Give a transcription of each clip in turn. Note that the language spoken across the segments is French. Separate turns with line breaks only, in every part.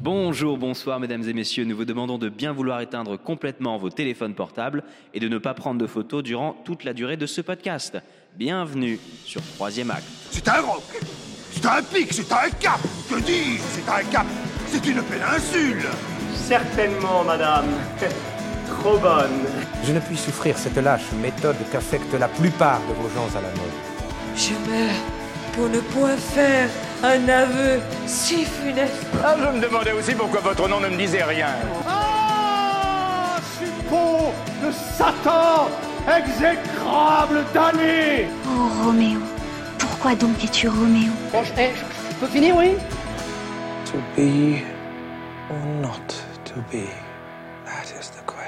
Bonjour, bonsoir mesdames et messieurs, nous vous demandons de bien vouloir éteindre complètement vos téléphones portables et de ne pas prendre de photos durant toute la durée de ce podcast. Bienvenue sur Troisième Acte.
C'est un roc, c'est un pic, c'est un cap, que dis-je, c'est un cap, c'est une péninsule.
Certainement, madame. Trop bonne.
Je ne puis souffrir cette lâche méthode qu'affectent la plupart de vos gens à la mode.
Je meurs pour ne point faire un aveu si funeste.
Ah, je me demandais aussi pourquoi votre nom ne me disait rien.
Ah, suppôt de Satan, exécrable damné.
Oh Roméo, pourquoi donc es-tu Roméo
To be or not to be? That is the question.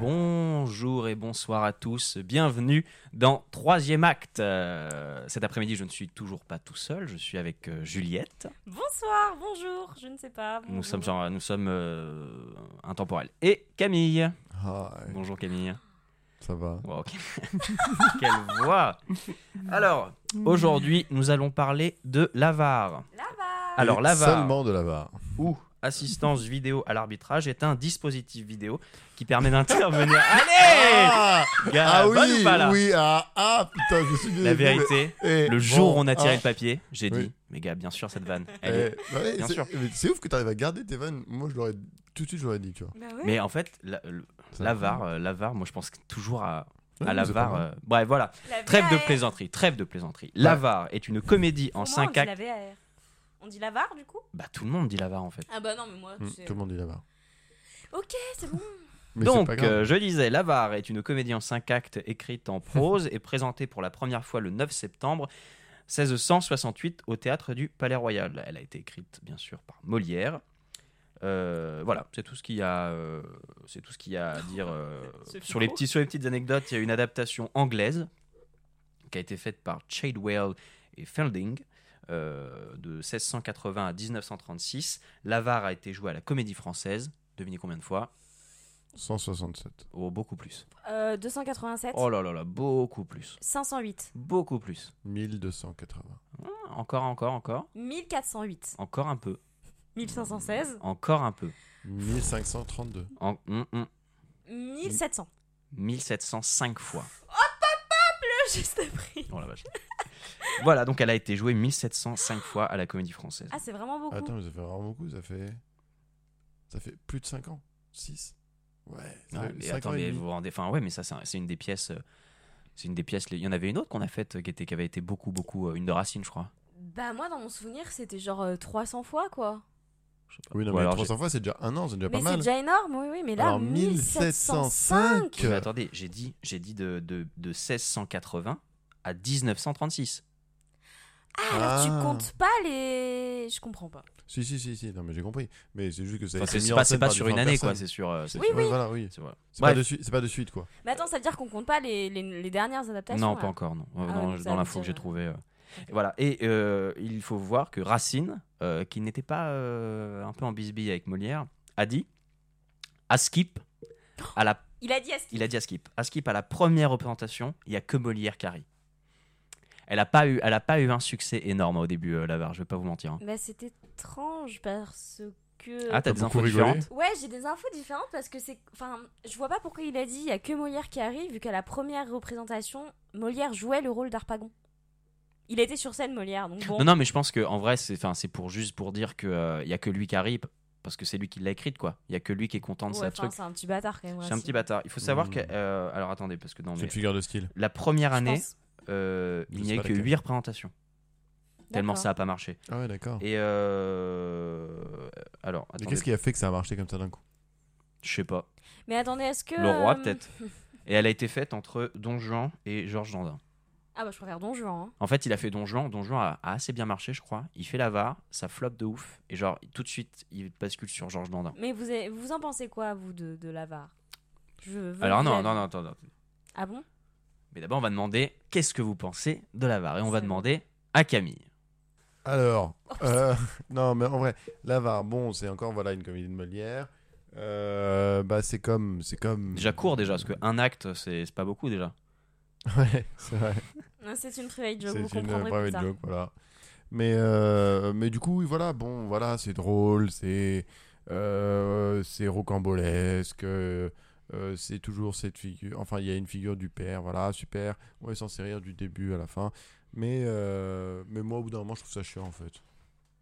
Bonjour et bonsoir à tous, bienvenue dans Troisième Acte. Euh, cet après-midi, je ne suis toujours pas tout seul, je suis avec euh, Juliette.
Bonsoir, Ah, bonjour, je ne sais pas.
Nous
bonjour.
sommes, sur- nous sommes euh, intemporels. Et Camille.
Hi,
Bonjour Camille.
Ah, ça va
Wow, ok. Quelle voix Alors, aujourd'hui, nous allons parler de l'avare.
Là-bas.
Alors,
Et
l'avare
Seulement de l'avare.
ou assistance vidéo à l'arbitrage est un dispositif vidéo qui permet d'intervenir. Allez
Ah,
Gars,
Ah
Eh bonne
oui,
ou pas, là
oui, ah, ah, putain, je me suis dit.
La vérité,
eh,
le jour où
bon,
on a tiré
ah,
le papier, j'ai
Oui.
dit, mais gars, bien sûr, cette vanne.
eh,
elle est-
ouais,
bien
c'est-
sûr.
mais C'est ouf que t'arrives à garder tes vannes. Moi, je l'aurais tout de suite, je l'aurais dit, tu vois.
Bah ouais.
Mais en fait, la- le-
Ça-
l'avare, euh, l'avare, moi je pense que toujours à,
Ouais,
à
mais c'est pas
l'avare.
mal.
euh, bref, voilà.
La
Trêve de
VAR.
plaisanterie, trêve de plaisanterie. L'avare est une comédie en
Comment
5
on dit la
actes.
VAR On dit l'avare du coup
Bah, tout le monde dit l'avare en fait.
Ah bah non, mais moi,
Hmm,
c'est...
Tout le monde dit l'avare.
Ok, c'est bon.
Mais c'est
Donc,
pas grave.
euh, je disais, L'Avare est une comédie en cinq actes écrite en prose et présentée pour la première fois le 9 septembre 1668 au théâtre du Palais Royal. Elle a été écrite, bien sûr, par Molière. Euh, voilà, c'est tout ce qu'il y a, euh, c'est tout ce qu'il y a à dire euh,
C'est
sur les
fou.
petits, sur les petites anecdotes. Il y a une adaptation anglaise qui a été faite par Chadwell et Felding euh, de 1680 à 1936. L'avare a été joué à la Comédie Française. Devinez combien de fois
167.
Oh, beaucoup plus.
Euh, 287,
Oh là là là, beaucoup plus.
508,
Beaucoup plus.
1280.
Encore, encore, encore.
1408,
Encore un peu.
1516,
Encore un peu.
1532.
En, hum, hum,
1700.
1705 fois.
Juste après.
Oh la vache. voilà, donc elle a été jouée 1705 fois à la comédie française.
Ah, c'est vraiment beaucoup.
Attends, mais ça fait vraiment beaucoup. Ça fait. Ça fait plus de 5 ans. 6. Ouais. ça
Ouais,
fait
Ah, mais
cinq
attends,
ans et
mais
demi.
vous vous rendez. Enfin, ouais, mais ça, c'est un- c'est une des pièces. euh, C'est une des pièces. Il y en avait une autre qu'on a faite euh, qui, était, qui avait été beaucoup, beaucoup. euh, Une de Racine, je crois.
Bah moi, dans mon souvenir, c'était genre euh, 300 fois, quoi.
Je sais pas.
Oui, non,
Ou
mais
alors,
300 fois, c'est déjà un an, c'est déjà
mais
pas
c'est
mal.
déjà énorme, oui, oui. Mais là,
Alors,
1705
j'ai- mais attendez, j'ai dit, j'ai dit de, de, de 1680 à 1936.
Ah, alors tu
Ah.
comptes pas les... Je comprends pas.
Si, si, si, si, non, mais j'ai compris. Mais c'est juste que ça a
Enfin,
été
c'est
mis en
pas,
scène
c'est pas
par
sur une
différentes
année, quoi.
personnes.
C'est sur. euh, c'est
Oui,
sur-
oui.
Ouais, voilà, oui.
c'est- voilà.
C'est pas,
Bref.
de suite- c'est pas de suite, quoi.
Mais attends, ça veut dire qu'on compte pas les, les, les dernières adaptations
Non,
là.
pas encore, non. Euh,
Ah
dans
ouais, ça
dans
veut
l'info que
dire,
j'ai
euh,
trouvée. euh. Et Voilà. Et euh, il faut voir que Racine, euh, qui n'était pas euh, un peu en bisbille avec Molière, a dit à Skip, à la,
Il a dit à ce qu'il
il a dit à Skip, à Skip, à la première représentation, il n'y a que Molière qui rit. Elle n'a pas, eu- elle a pas eu un succès énorme au début, euh, Lavar, je vais pas vous mentir. hein.
Bah, c'est étrange parce que.
Ah, t'as des
beaucoup
infos
rigolé.
différentes
Ouais, j'ai des infos différentes parce que c'est. Enfin, je vois pas pourquoi il a dit il y a que Molière qui arrive, vu qu'à la première représentation, Molière jouait le rôle d'Arpagon. Il était sur scène, Molière, donc bon.
Non, non, mais je pense qu'en vrai, c'est 'fin, c'est pour juste pour dire qu'il n'y a que lui qui rit, parce que c'est lui qui l'a écrite, quoi. Il n'y a que lui qui est content de
Ouais,
sa
enfin,
truc.
c'est un petit bâtard quand même.
C'est
Racine.
un petit bâtard. Il faut savoir
Mm.
que. euh, alors attendez, parce que dans
C'est
mes-
une figure de style.
la première
Je
année,
pense.
euh,
Je
il
sais
n'y a eu
pas
que
laquelle.
8 représentations. Tellement
D'accord.
ça n'a pas marché.
Ah ouais, d'accord.
Et. euh, Alors,
Mais
attendez.
qu'est-ce qui a fait que ça a marché comme ça d'un coup
Je sais pas.
Mais attendez, est-ce que.
Le roi,
euh,
peut-être. Et elle a été faite entre Don Juan et Georges Dandin.
Ah, bah, je préfère Don Juan. hein.
En fait, il a fait Don Juan. Don Juan a, a assez bien marché, je crois. Il fait l'avare, ça floppe de ouf. Et genre, tout de suite, il bascule sur Georges Dandin.
Mais vous, avez- vous en pensez quoi, vous, de, de l'avare Je veux
Alors
vous
non,
avis.
non, non, attends, attends.
Ah bon
Mais d'abord, on va demander qu'est-ce que vous pensez de l'avare. Et on va
C'est-
demander à Camille.
Alors,
Oh,
euh, non, mais en vrai, l'avare, bon, c'est encore voilà une comédie de Molière. Euh, bah, c'est comme, c'est comme.
Déjà court, déjà, parce qu'un acte, c'est c'est pas beaucoup déjà.
Ouais, c'est vrai.
Non, C'est une private joke,
C'est
vous
une
comprendrez plus
private
tard.
joke, voilà. Mais, euh, mais du coup, oui, voilà, bon, voilà, c'est drôle, c'est euh, c'est rocambolesque, euh, euh, c'est toujours cette figure. Enfin, il y a une figure du père, voilà, super. On est censé rire du début à la fin. Mais, euh, mais moi, au bout d'un moment, je trouve ça chiant, en fait.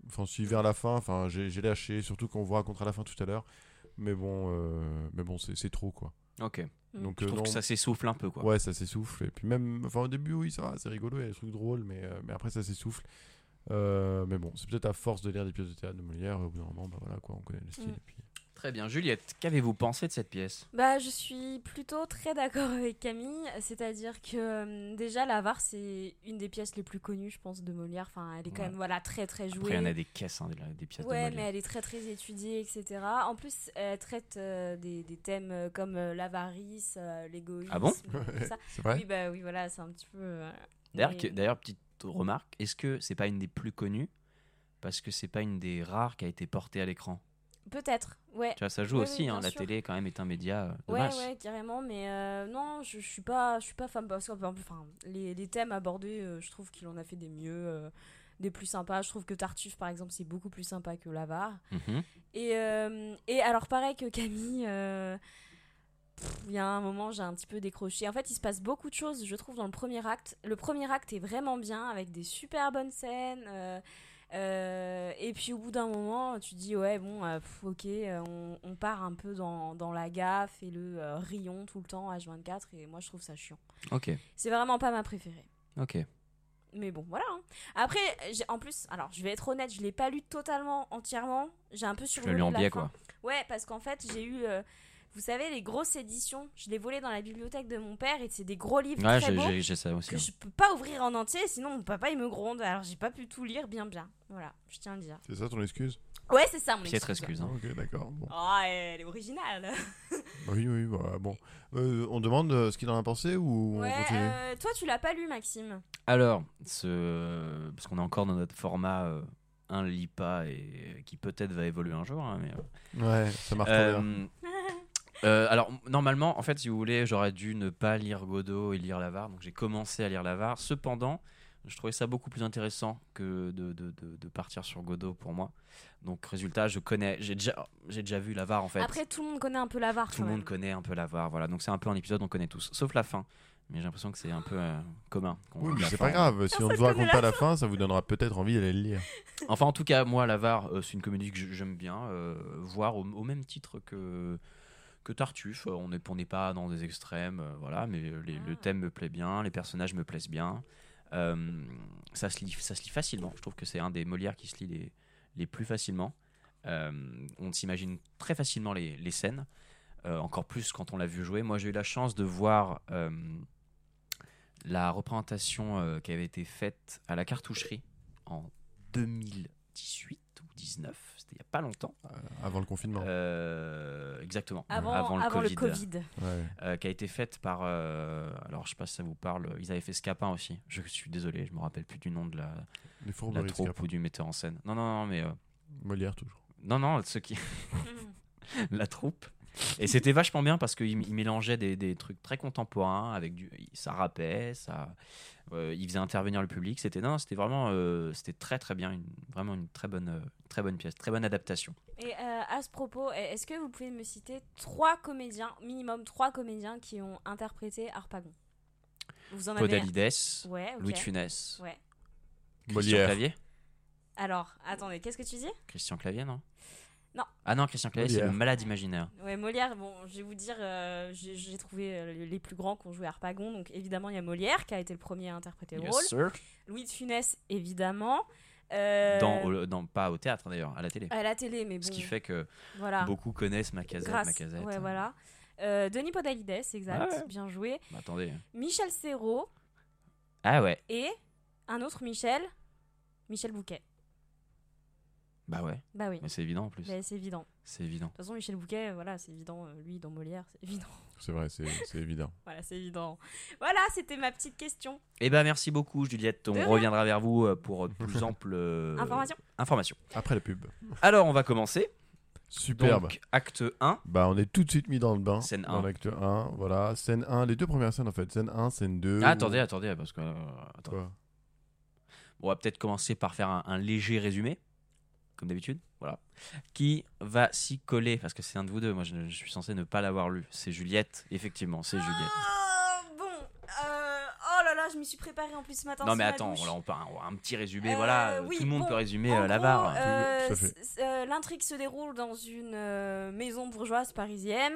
Enfin, si vers la fin, enfin, j'ai j'ai lâché, surtout qu'on vous racontera la fin tout à l'heure. Mais bon, euh, mais bon, c'est c'est trop, quoi.
Ok.
Mm.
Donc,
Je
euh,
trouve
non.
que ça s'essouffle un peu, quoi.
Ouais, ça s'essouffle. Et puis même, enfin au début, oui, ça va, c'est rigolo, il y a des trucs drôles, mais, euh, mais après ça s'essouffle. Euh, mais bon, c'est peut-être à force de lire des pièces de théâtre de Molière, au bout d'un moment, bah voilà quoi, on connaît le style.
Mm.
Et puis... euh,
Très bien. Juliette, qu'avez-vous pensé de cette pièce
Bah, je suis plutôt très d'accord avec Camille, c'est-à-dire que euh, déjà l'avare c'est une des pièces les plus connues, je pense, de Molière. Enfin, elle est quand
Ouais.
même voilà très très jouée.
Après, il y en a des caisses, hein, des, des pièces
Ouais,
de
mais
Molière.
elle est très très étudiée, etc. En plus, elle traite euh, des, des thèmes euh, comme euh, l'avarice, euh, l'égoïsme.
Ah bon
tout ça.
C'est vrai
Oui, bah oui, voilà, c'est un petit peu. euh,
D'ailleurs,
mais-
que- D'ailleurs, petite remarque, est-ce que c'est pas une des plus connues parce que c'est pas une des rares qui a été portée à l'écran.
Peut-être, ouais.
Tu vois, ça joue
Oui,
aussi.
oui,
hein,
bien
la
sûr.
télé, quand même, est un média euh, de
Ouais,
masse.
ouais, carrément, mais euh, non, je, je suis pas, je suis pas fan parce que enfin, les, les thèmes abordés, euh, je trouve qu'il en a fait des mieux, euh, des plus sympas. Je trouve que Tartuffe, par exemple, c'est beaucoup plus sympa que L'Avare.
Mhm.
Et, euh, et alors, pareil que Camille, euh, pff, il y a un moment, j'ai un petit peu décroché. En fait, il se passe beaucoup de choses, je trouve, dans le premier acte. Le premier acte est vraiment bien, avec des super bonnes scènes. euh, euh, et puis, au bout d'un moment, tu dis, ouais, bon, euh, pff, ok, euh, on, on part un peu dans, dans la gaffe et le euh, rion tout le temps, H24. Et moi, je trouve ça chiant.
Ok,
C'est vraiment pas ma préférée.
ok.
Mais bon, voilà. hein. Après, j'ai- en plus, alors je vais être honnête, je l'ai pas lu totalement, entièrement. J'ai un peu
Tu
survolé.
l'as lu en
la
biais,
fin.
quoi.
Ouais, parce qu'en fait, j'ai eu, euh, vous savez, les grosses éditions. Je les volais dans la bibliothèque de mon père et c'est des gros livres
Ouais,
très
j'ai-
beaux
j'ai j'ai ça aussi. hein.
que je peux pas ouvrir en entier, sinon mon papa il me gronde. Alors j'ai pas pu tout lire bien, bien. Voilà, je tiens à le dire.
C'est ça ton excuse
Ouais, c'est ça mon
Piètre
excuse.
excuse. hein.
Ok, d'accord. Bon.
Oh, elle est originale.
Oui, oui, bah, bon. Euh, on demande euh, ce qu'il en a pensé ou
ouais,
on continue
euh, toi tu l'as pas lu, Maxime.
Alors, ce... parce qu'on est encore dans notre format euh, un lit pas et euh, qui peut-être va évoluer un jour. hein, mais, euh,
Ouais, ça marche
euh,
très bien.
euh, alors, m- normalement, en fait, si vous voulez, j'aurais dû ne pas lire Godot et lire Lavare. Donc, j'ai commencé à lire Lavare. Cependant, je trouvais ça beaucoup plus intéressant que de, de- de- de partir sur Godot pour moi. Donc, résultat, je connais. J'ai déjà, j'ai déjà vu Lavare en fait.
Après tout le monde connaît un peu l'avare.
Tout le monde connaît un peu l'avare, voilà. Donc c'est un peu un épisode, on connaît tous, sauf la fin. Mais j'ai l'impression que c'est un peu euh, commun. qu'on
Oui,
oublie
mais
la
c'est
fin.
pas grave. Si on ne vous raconte pas la fin, ça vous donnera peut-être envie d'aller le lire.
Enfin, en tout cas, moi, l'avare, euh, c'est une comédie que j- j'aime bien euh, voir au, au même titre que que Tartuffe. Euh, On n'est on n'est pas dans des extrêmes, euh, voilà. Mais les- le
Ah.
thème me plaît bien, les personnages me plaisent bien. Euh, ça se lit, ça se lit facilement. Je trouve que c'est un des Molières qui se lit les les plus facilement. Euh, on s'imagine très facilement les, les scènes, euh, encore plus quand on l'a vu jouer. Moi, j'ai eu la chance de voir euh, la représentation euh, qui avait été faite à la cartoucherie en 2018 ou 19, c'était il n'y a pas longtemps.
Euh, avant le confinement.
Euh, exactement,
Avant, avant, le Covid.
Ouais.
euh, qui a été faite par. euh, alors, je sais pas si ça vous parle, ils avaient fait Scapin aussi. Je suis désolé, je me rappelle plus du nom de la, de
Les
la
fourberies,
troupe ou du metteur en scène. Non, non, non, mais. euh,
Molière, toujours.
non, non, ceux qui. la troupe. Et c'était vachement bien parce qu'il il mélangeait des, des trucs très contemporains avec du. Ça rappait, ça. euh, il faisait intervenir le public. C'était non, c'était vraiment. euh, c'était très très bien. une- vraiment une très bonne, euh, très bonne pièce, très bonne adaptation.
Et euh, à ce propos, e- est-ce que vous pouvez me citer trois comédiens, minimum trois comédiens qui ont interprété Harpagon Vous en avez
Podalides,
Ouais, ok.
Louis de Funès,
Ouais.
Christian
Molière.
Clavier.
Alors, attendez, qu'est-ce que tu dis
Christian Clavier, non
Non.
Ah non, Christian Clavier, c'est
Molière.
le malade imaginaire.
Ouais, Molière, bon, je vais vous dire, euh, j'ai j'ai trouvé euh, les plus grands qui ont joué Harpagon. Donc, évidemment, il y a Molière qui a été le premier à interpréter le
Yes,
rôle.
sir.
Louis de Funès, évidemment. Euh, Ah,
Dans, au- dans- pas au théâtre hein, d'ailleurs, à la télé.
À la télé, mais bon.
Ce qui fait que
voilà.
beaucoup connaissent ma casette.
Ah. Grâce.
Ma casette.
Ouais, voilà. Euh, Denis Podalides, exact.
hein. Ouais.
Bien joué.
Bah, attendez.
Michel Serrault.
Ah ouais,
et un autre Michel, Michel Bouquet.
bah ouais,
Bah oui,
mais c'est évident en plus.
Bah, c'est évident. De
C'est évident.
toute façon, Michel Bouquet, euh, voilà, c'est évident. euh, Lui, dans Molière, c'est évident.
C'est vrai, c'est c'est évident.
Voilà, c'est évident. Voilà, c'était ma petite question.
Eh ben merci beaucoup Juliette, on
De rien.
reviendra vers vous euh, pour euh, plus ample euh,
Information.
information.
Après la pub.
Alors on va commencer.
Superbe.
Donc acte 1.
Bah, on est tout de suite mis dans le bain.
Scène
Dans
un.
l'acte 1, voilà. Scène 1, les deux premières scènes en fait. Scène 1, scène 2.
euh, Ah, attendez, attendez parce que euh, attends.
Quoi
On va peut-être commencer par faire un, un léger résumé, comme d'habitude. Voilà. Qui va s'y coller Parce que c'est un de vous deux. Moi, je, ne- je suis censé ne pas l'avoir lu. C'est Juliette, effectivement. C'est Juliette.
Ah, bon, euh, oh là là, je m'y suis préparée en plus ce matin.
Non
sous
mais
la
attends,
douche.
on, on, peut- on va un petit résumé,
Euh,
voilà,
oui,
tout le monde
bon,
peut résumer
En
euh, la
gros,
barre.
euh,
Tout à fait.
s- euh, L'intrigue se déroule dans une euh, maison bourgeoise parisienne.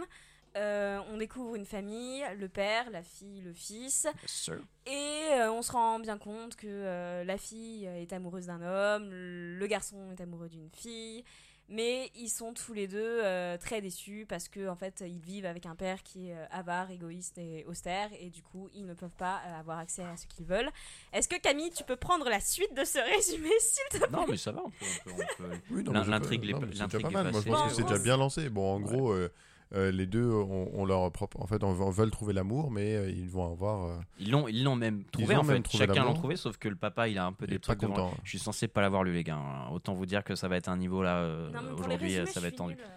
Euh, on découvre une famille, le père, la fille, le fils.
Yes, sir.
Et euh, on se rend bien compte que euh, la fille est amoureuse d'un homme, le garçon est amoureux d'une fille. Mais ils sont tous les deux euh, très déçus parce que en fait ils vivent avec un père qui est euh, avare, égoïste et austère et du coup ils ne peuvent pas euh, avoir accès à ce qu'ils veulent. Est-ce que Camille, tu peux prendre la suite de ce résumé s'il te plaît
Non mais ça va, on peut- on peut- on peut-
Oui, non,
L'in-
mais j'ai pas-
l'intrigue l'est
non,
pas-
mais C'est déjà
l'intrigue
pas mal.
l'est
Moi, je
pas,
pense que
c'est-
c'est déjà bien lancé. Bon, en
Ouais.
gros, euh, euh, les deux ont, ont leur propre. En fait, on veut- veulent trouver l'amour, mais euh, ils vont avoir. euh,
Ils l'ont, ils l'ont même trouvé
l'ont
en
même
fait.
trouvé
Chacun l'a
d'abord.
trouvé, sauf que le papa, il a un peu
Il
des
est pas
trucs devant lui.
content.
Je suis censé pas l'avoir lu, les gars. hein. Autant vous dire que ça va être un niveau là euh,
Non, mais pour les
aujourd'hui,
résumés,
ça
je
va être
suis
tendu.
nulle. euh.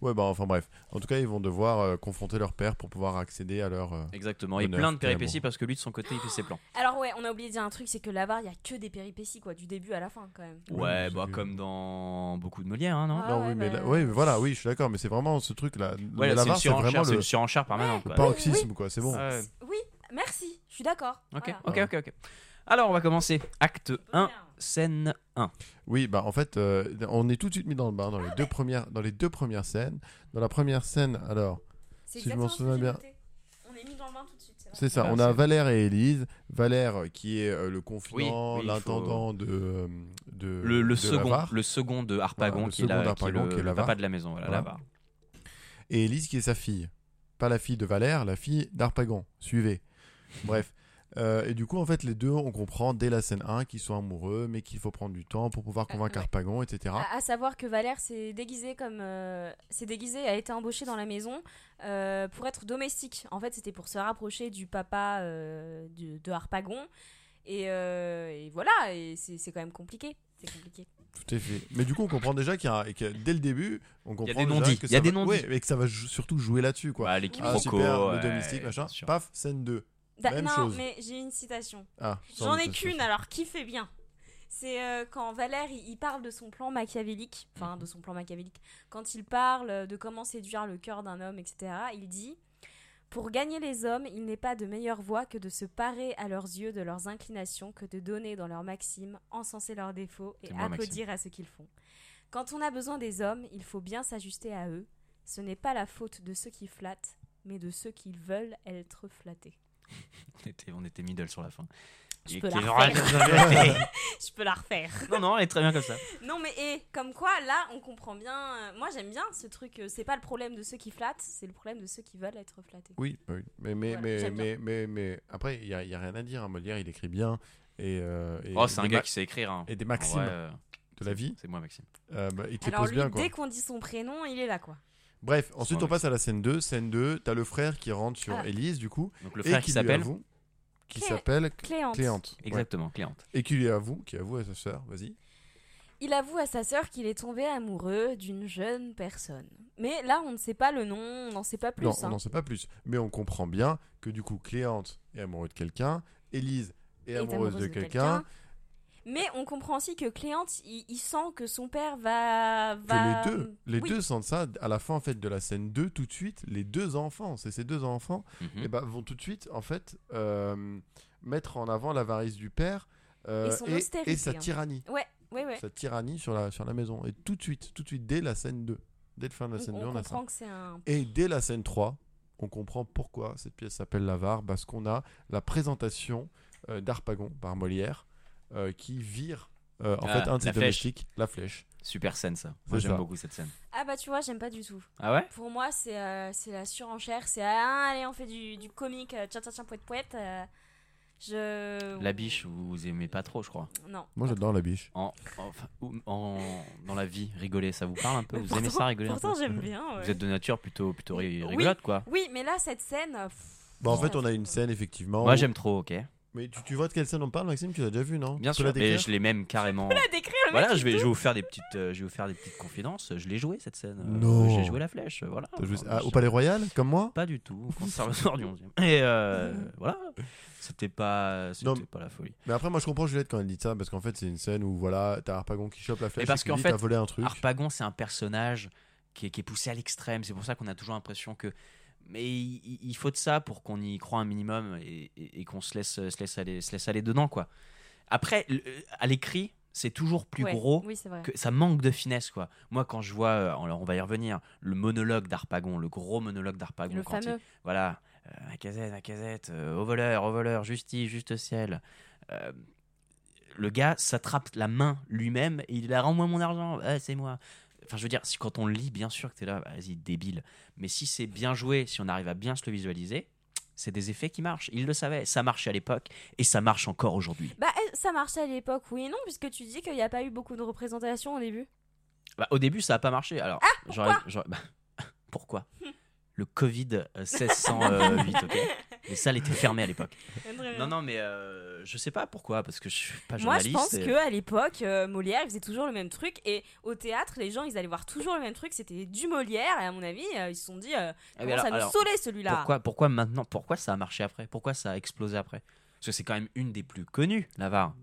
Ouais, bah enfin bref. En tout cas, ils vont devoir euh, confronter leur père pour pouvoir accéder à leur. euh,
Exactement. Et
Bonheur,
plein de
quel amour.
péripéties parce que lui de son côté, il fait ses plans.
Alors ouais, on a oublié de dire un truc, c'est que l'avare, il y a que des péripéties quoi, du début à la fin quand même.
Oui,
Ouais,
c'est
bah
que-
comme dans beaucoup de Molière, hein, non
Ah
non,
ouais,
oui, mais
bah-
là- ouais, voilà, oui, je suis d'accord, mais c'est vraiment ce truc-là.
Ouais,
Mais
c'est une
l'avare, c'est vraiment
surenchère, c'est
le
une surenchère
Ah,
permanente. quoi.
paroxysme, quoi. C'est bon.
Ah ouais.
Oui, merci, je suis d'accord.
Ok,
Voilà.
ok, ok, ok. Alors on va commencer. Acte 1,
Bonheur.
scène 1.
Oui, bah en fait, euh, on est tout de suite mis dans le bain dans les deux premières, dans les deux premières scènes. Dans la première scène, alors,
C'est
Si je m'en
exactement ce que
souviens
j'ai
bien.
noté. On est mis dans le bain tout de suite. c'est vrai.
c'est ça.
Ah,
on a Valère et Élise. Valère euh, qui est euh, le confident,
Oui, oui, il
l'intendant de, euh, de
Le, le
de
second,
l'avare.
le second de Harpagon,
Voilà, le
qui, est la-
second
qui est
d'Harpagon,
le,
qui est
le papa
l'avare.
de la maison, voilà,
Voilà.
l'avare.
et Élise qui est sa fille. Pas la fille de Valère, la fille d'Arpagon. Suivez. Bref. Euh, et du coup, en fait, les deux, on comprend dès la scène 1 qu'ils sont amoureux, mais qu'il faut prendre du temps pour pouvoir convaincre
ouais.
Harpagon, etc.
À, à savoir que Valère s'est déguisé comme euh, s'est déguisé a été embauché dans la maison euh, pour être domestique. En fait, c'était pour se rapprocher du papa euh, du- de Harpagon. Et, euh, et voilà, et c'est c'est quand même compliqué. C'est compliqué.
Tout à fait. Mais du coup, on comprend déjà qu'il y a, un- et que dès le début, on comprend
des
déjà
non-dits.
que
Il y a
ça
des
va-
non-dits.
ouais, et que ça va jou- surtout jouer là-dessus, quoi.
Bah, l'équipe
ah,
Rocco,
super, le
ouais,
domestique, machin.
bien sûr.
Paf, scène 2.
Da-
Même
Bah, non,
chose.
mais j'ai une citation.
Ah,
J'en ai
doute,
qu'une, alors kiffez bien. C'est euh, quand Valère, il, il parle de son plan machiavélique, enfin de son plan machiavélique, quand il parle de comment séduire le cœur d'un homme, etc., il dit Pour gagner les hommes, il n'est pas de meilleure voie que de se parer à leurs yeux de leurs inclinations, que de donner dans leurs maximes, encenser leurs défauts et
C'est moi,
applaudir à ce qu'ils font. Quand on a besoin des hommes, il faut bien s'ajuster à eux. Ce n'est pas la faute de ceux qui flattent, mais de ceux qui veulent être flattés.
On était, on était middle sur la fin.
Je
Et
peux
qui-
la refaire. Je peux la refaire.
non, non, elle est très bien comme ça.
Non mais et comme quoi là on comprend bien. euh, moi j'aime bien ce truc. euh, c'est pas le problème de ceux qui flattent, c'est le problème de ceux qui veulent être flattés.
Oui, bah oui. mais, mais,
Voilà,
mais,
j'aime
mais, mais, mais après, il n'y a, il y a rien à dire. hein. Molière, il écrit bien. Et, euh, et-
Oh, c'est
et
un
des
gars
ma-
qui sait écrire. hein.
Et des
En
maximes
vrai, euh,
de la vie
C'est moi, Maxime.
euh, bah, et qui les
Alors
pose
lui
bien, quoi.
dès qu'on dit son prénom il est là quoi.
Bref, ensuite,
Ouais,
on passe à la scène 2. Scène 2, t'as le frère qui rentre sur
Ah.
Élise, du coup.
Donc le
et
frère qui
lui
s'appelle.
avoue- Qui
Clé-
s'appelle
Cléante.
Cléante. Ouais.
Exactement, cliente.
Et qui lui avoue, qui avoue à sa sœur, vas-y.
Il avoue à sa sœur qu'il est tombé amoureux d'une jeune personne. Mais là on ne sait pas le nom, on n'en sait pas plus.
Non, on
hein.
n'en sait pas plus. Mais on comprend bien que du coup, Cléante est amoureuse de quelqu'un, Élise est,
est
amoureuse de quelqu'un,
Mais on comprend aussi que Cléante il, il sent que son père va
que
va.
les deux, les
bah, Oui.
deux sentent ça. À la fin, en fait, de la scène 2, tout de suite, les deux enfants, c'est ces deux enfants,
Mhm.
eh ben, vont tout de suite, en fait, euh, mettre en avant l'avarice du père euh,
Et son
et,
austérité,
et sa
hein.
tyrannie.
Ouais ouais ouais.
Sa tyrannie sur la, sur la maison. Et tout de suite, tout de suite, dès la scène 2, dès le fin de la
On,
scène 2,
on
on a ça.
comprend que c'est un.
Et dès la scène 3, on comprend pourquoi cette pièce s'appelle L'Avare, parce qu'on a la présentation euh, d'Arpagon par Molière, euh, qui vire euh, en
Ah,
fait un de ses
la flèche.
domestiques, la flèche.
Super scène, ça.
C'est
Moi, j'aime
ça.
beaucoup cette scène.
Ah bah tu vois j'aime pas du tout.
Ah ouais
Pour moi, c'est euh, c'est la surenchère. C'est ah, allez, on fait du, du comique, euh, tcha tcha tcha, poète poète. euh, je.
La biche, vous, vous aimez pas trop, je crois.
Non.
Moi j'adore la biche.
En, enfin, ou- en- dans la vie, rigoler, ça vous parle un peu
Mais
Vous
pourtant-
aimez ça, rigoler un
Pourtant,
peu
j'aime bien. ouais.
Vous êtes de nature plutôt, plutôt ri-
Oui.
rigolote, quoi.
Oui, mais là, cette scène. euh, pff,
Bah, en
je
fait, on
m'en
a
fous,
une
quoi.
scène effectivement.
Moi,
où-
j'aime trop, ok
Mais tu, tu vois de quelle scène on parle, Maxime Tu l'as déjà vu, non
Bien
Tu
sûr,
peux la
et
décrire
je l'ai même carrément.
À décrire mec
Voilà,
qui
je vais, je vais
double.
vous faire des petites, euh, je vais vous faire des petites confidences. Je l'ai joué cette scène. Euh,
Non.
J'ai joué la flèche. euh, Voilà.
T'as joué-
Enfin,
ah,
je-
au Palais Royal, comme moi
Pas du tout. Au conservatoire du 11e. Et euh, voilà. C'était pas, c'était
Non.
pas la folie.
Mais après, moi, je comprends Juliette quand elle dit ça, parce qu'en fait, c'est une scène où voilà, t'as Harpagon qui chope la flèche
parce
et qui
qu'en
dit,
fait,
t'as volé un truc.
Harpagon, c'est un personnage qui est, qui est poussé à l'extrême. C'est pour ça qu'on a toujours l'impression que. Mais il, il- il faut de ça pour qu'on y croit un minimum et, et- et qu'on se laisse, se, laisse aller, se laisse aller dedans, quoi. Après, le- euh, à l'écrit, c'est toujours plus
Ouais,
gros.
Oui, c'est vrai.
que ça manque de finesse quoi. Moi quand je vois, euh, alors on va y revenir, le monologue d'Arpagon, le gros monologue d'Arpagon,
Le
quand il-
fameux.
voilà, euh, la casette, la casette, euh, au voleur, au voleur, justice, juste ciel. Euh, le gars s'attrape la main lui-même et il la rend moi mon argent, Ah, c'est moi. Enfin, je veux dire, si quand on le lit, bien sûr que t'es là, bah, vas-y, débile. Mais si c'est bien joué, si on arrive à bien se le visualiser, c'est des effets qui marchent. Il le savait, ça marchait à l'époque et ça marche encore aujourd'hui.
Bah, eh, ça marchait à l'époque, oui et non, puisque tu dis qu'il n'y a pas eu beaucoup de représentation au début.
Bah, au début, ça n'a pas marché. Alors, j'aurais- j'aurais- bah, pourquoi Le Covid euh, 1608, ok Les salles étaient fermées à l'époque. Non, non, mais euh, je sais pas pourquoi, parce que je suis pas
Moi,
journaliste.
je pense
et-
qu'à l'époque, euh, Molière, il faisait toujours le même truc. Et au théâtre, les gens, ils allaient voir toujours le même truc. C'était du Molière. Et à mon avis, euh, ils se sont dit, euh,
Ah, mais
Comment ça
alors-
nous
alors,
saoulait celui-là
pourquoi, pourquoi maintenant Pourquoi ça a marché après Pourquoi ça a explosé après Parce que c'est quand même une des plus connues, la VAR.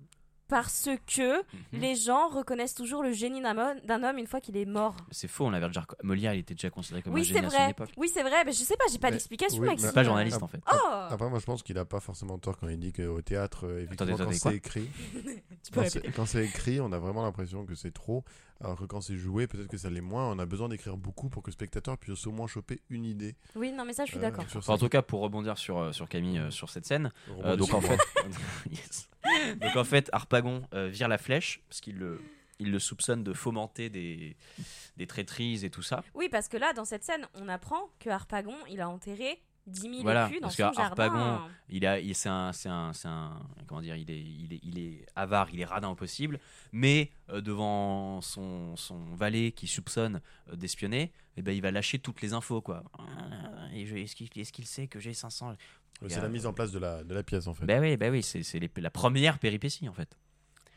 Parce que
Mhm.
les gens reconnaissent toujours le génie d'un mo- d'un homme une fois qu'il est mort.
C'est faux, on l'avait déjà. reco- Molière, il était déjà considéré comme un
oui, c'est
génie à son
vrai.
époque.
Oui, c'est vrai. Mais je sais pas, j'ai pas
Mais-
d'explication,
oui,
Je
Maxime.
suis pas journaliste en fait.
Oh
Après, moi, je pense qu'il a pas forcément tort quand il dit qu'au théâtre, euh, effectivement,
attendez,
quand
quoi
c'est écrit,
Tu peux
quand
répéter.
c'est- quand c'est écrit, on a vraiment l'impression que c'est trop. Alors que quand c'est joué, peut-être que ça l'est moins. On a besoin d'écrire beaucoup pour que le spectateur puisse au moins choper une idée.
Oui, non, mais ça, je suis
euh,
d'accord.
sur
Enfin, en
cette-
tout cas, pour rebondir sur, euh, sur Camille, euh, sur cette scène, Euh,
rebondissement.
donc en fait, Yes. donc en fait, Harpagon euh, vire la flèche parce qu'il le, il le soupçonne de fomenter des, des traîtrises et tout ça.
Oui, parce que là, dans cette scène, on apprend que Harpagon, il a enterré 10 000
Voilà,
écus dans
parce
son
que
jardin.
Harpagon- Il a, il, c'est un, c'est un, c'est un- comment dire, il est, il est, il est avare, il est radin au possible, mais euh, devant son, son valet qui soupçonne euh, d'espionner, eh ben il va lâcher toutes les infos quoi. Et je- Est-ce qu'il est-ce qu'il sait que j'ai 500
C'est la mise en place de la, de la pièce, en fait.
Ben oui, ben oui, c'est c'est les- la première péripétie en fait.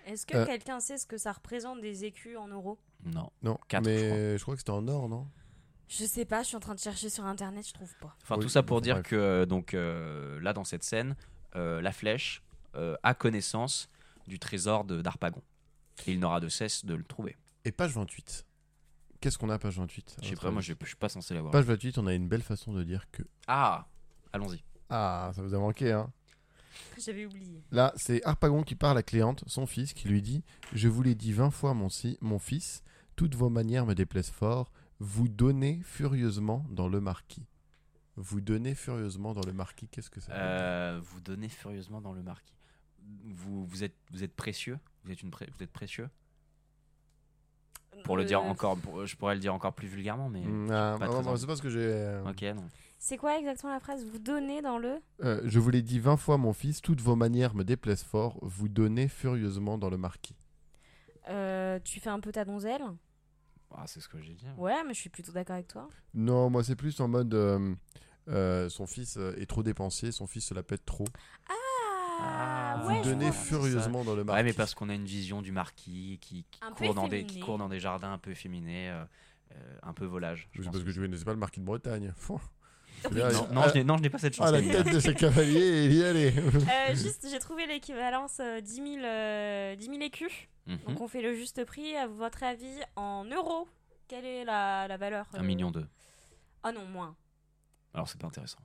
Est-ce que
Euh.
quelqu'un sait ce que ça représente des écus en euros
Non.
non,
quatre,
mais
je crois.
je crois. que c'était en or, non
Je sais pas, je suis en train de chercher sur internet, je trouve pas.
Enfin,
Oui,
tout ça pour
bon,
dire
bref.
que euh, donc euh, là dans cette scène, euh, la flèche euh, a connaissance du trésor de- d'Arpagon. Et il n'aura de cesse de le trouver.
Et page 28. Qu'est-ce qu'on a, page 28 à
Je sais
votre
pas, moi
avis
je je suis pas censé l'avoir.
Page 28, on a une belle façon de dire que.
Ah, allons-y.
Ah, ça vous a manqué, hein
J'avais oublié.
Là, c'est Harpagon qui parle à Cléante, son fils, qui lui dit Je vous l'ai dit vingt fois, mon, si- mon fils, toutes vos manières me déplaisent fort. Vous donnez furieusement dans le marquis. Vous donnez furieusement dans le marquis, qu'est-ce que ça veut dire
Euh, vous donnez furieusement dans le marquis. Vous, vous êtes vous êtes précieux. Vous êtes une pré- vous êtes précieux. Pour le dire
Euh,
encore, pour- je pourrais le dire encore plus vulgairement, mais.
Mm, ah,
pas
ah,
très
moi,
envie.
C'est pas ce que j'ai. euh,
Ok, non.
C'est quoi exactement la phrase Vous donnez dans le.
euh, je vous l'ai dit vingt fois, mon fils, toutes vos manières me déplaisent fort. Vous donnez furieusement dans le marquis.
Euh, tu fais un peu ta donzelle
Ah, c'est ce que j'ai dit.
Ouais, mais je suis plutôt d'accord avec toi.
Non, moi, c'est plus en mode euh, euh, Son fils euh, est trop dépensier, son fils se la pète trop.
Ah,
Ah,
Vous
ouais, je
donnez
vois.
ça.
furieusement dans le marquis.
Ouais, mais parce qu'on a une vision du marquis qui, qui
Un peu
court, dans des, qui
efféminé.
court dans des jardins un peu efféminés, euh, euh, un peu volage. je
Oui, C'est
pense.
parce que je connaissais pas le marquis de Bretagne. Fouh.
Non,
Là,
non,
à-
je n'ai- non, je n'ai pas cette chance.
à Ah, la
Camille.
tête de ce cavalier, et il y allait.
Euh, juste, j'ai trouvé l'équivalence euh, 10, 000, euh, 10 000 écus.
Mhm.
Donc
Hmm.
on fait le juste prix. À votre avis, en euros, quelle est la, la valeur euh
Un million d'eux.
Ah non, moins.
Alors, c'est pas intéressant.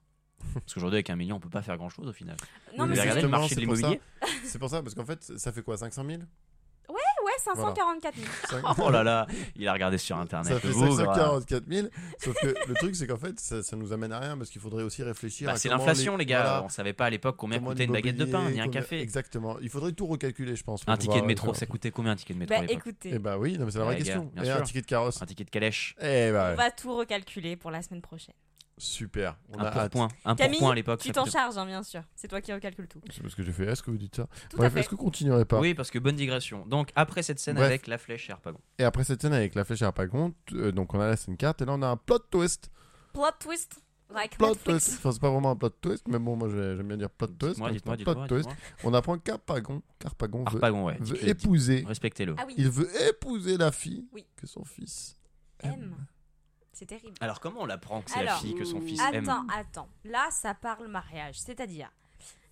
Parce qu'aujourd'hui, avec un million, on peut pas faire grand chose au final.
Non,
Oui,
Vous
mais
avez
mais
c'est-
regardé le
justement,
marché de
c'est pour ça.
l'immobilier
C'est pour ça, parce qu'en fait, ça fait quoi 500 000
ouais, 544 000.
Cinq-
Oh là là, il a regardé sur internet.
Ça fait
le bougre.
544 000. Sauf que le truc, c'est qu'en fait, ça, ça nous amène à rien, parce qu'il faudrait aussi réfléchir
Bah,
à.
c'est
comment
l'inflation, les, gars.
voilà,
On savait pas à l'époque combien
comment
coûtait une baguette de pain,
l'immobilier,
ni un
combien-
café.
Exactement. Il faudrait tout recalculer, je pense. pour
Un ticket
pouvoir,
de métro,
euh,
ça coûtait combien un ticket de métro
Bah
à l'époque
écoutez,
Eh bah oui, non, mais c'est la vraie
Ouais, les gars,
question.
bien
Et un
sûr.
ticket de carrosse.
Un ticket de calèche.
Eh
on
bah, ouais.
va tout recalculer pour la semaine prochaine.
super. On
un
a hâte.
pourpoint. Un
Camille,
pourpoint à l'époque.
tu
ça
t'en
coûtait-
charges, hein, bien sûr. C'est toi qui recalcule tout.
C'est parce que j'ai fait. Est-ce que vous dites ça
Tout à
Bref,
fait.
est-ce que vous continuerez pas
Oui, parce que bonne digression. Donc, après cette scène
Bref.
avec la flèche et Harpagon.
Et après cette scène avec la flèche à Harpagon, t- euh, donc on a la scène 4, et là on a un plot twist.
Plot twist. Like
plot
Netflix.
twist. Enfin, c'est pas vraiment un plot twist, mais bon, moi j'ai- j'aime bien dire plot twist.
Dites-moi,
donc
dites-moi,
c'est un plot
dites-moi.
twist.
dites-moi.
On apprend qu'Arpagon, qu'Arpagon veut,
Harpagon, ouais.
veut
dites-le, dites-
épouser.
Respectez-le.
Ah oui,
Il veut épouser la fille
Oui.
que son fils aime.
M. C'est terrible.
Alors, comment on l'apprend que c'est la
Alors,
fille que son fils aime
Attends, attends. Là, ça parle mariage. C'est-à-dire.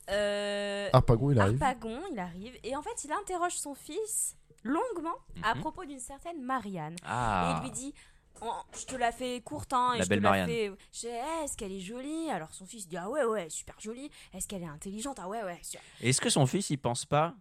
Euh,
Harpagon, Ah, il arrive.
Harpagon, il arrive. Et en fait, il interroge son fils longuement à
Mhm.
propos d'une certaine Marianne. Et
Ah
il lui dit. Oh, je te la fais courte, hein. et
La
je
belle
te la
Marianne.
fais- Je sais, eh, est-ce qu'elle est jolie Alors son fils dit Ah ouais, ouais, super jolie. Est-ce qu'elle est intelligente Ah ouais, ouais. sûr.
Est-ce que son fils, il pense pas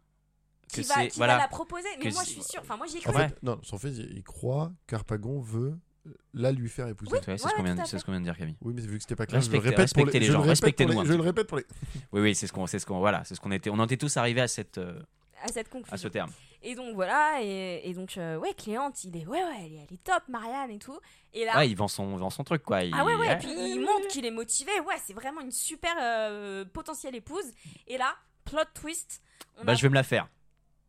que
Qui, va,
c'est.
qui va la
Voilà.
proposer Mais
que
moi,
c'est-
je suis sûre. Enfin, moi, j'y
En
crois.
Ouais.
fait, non, son fils, il croit qu'Arpagon veut euh, la lui faire épouser.
Ouais, c'est ce
ouais,
qu'on vient
tout à
c'est
fait.
ce qu'on vient de dire, Camille.
Oui, mais vu que c'était pas clair, je
Respectez-
le répète pour
respectez
les,
les
je le
gens,
répète pour
respectez-nous
les-
un
Je
petit
le répète pour les.
Oui, oui, c'est ce qu'on, c'est ce qu'on, voilà, c'est ce qu'on était. On en était tous arrivés à cette, euh,
À cette
à
conclusion.
ce terme.
Et donc voilà, et, et donc euh, ouais, Cléante, il est ouais ouais, elle est, elle est top, Marianne et tout. Et là,
Ouais, il vend son, vend son truc, quoi. Il-
ah ouais ouais, et puis il montre qu'il est motivé. Ouais, c'est vraiment une super euh, potentielle épouse. Et là, plot twist. on
Bah,
a-
je vais me la faire.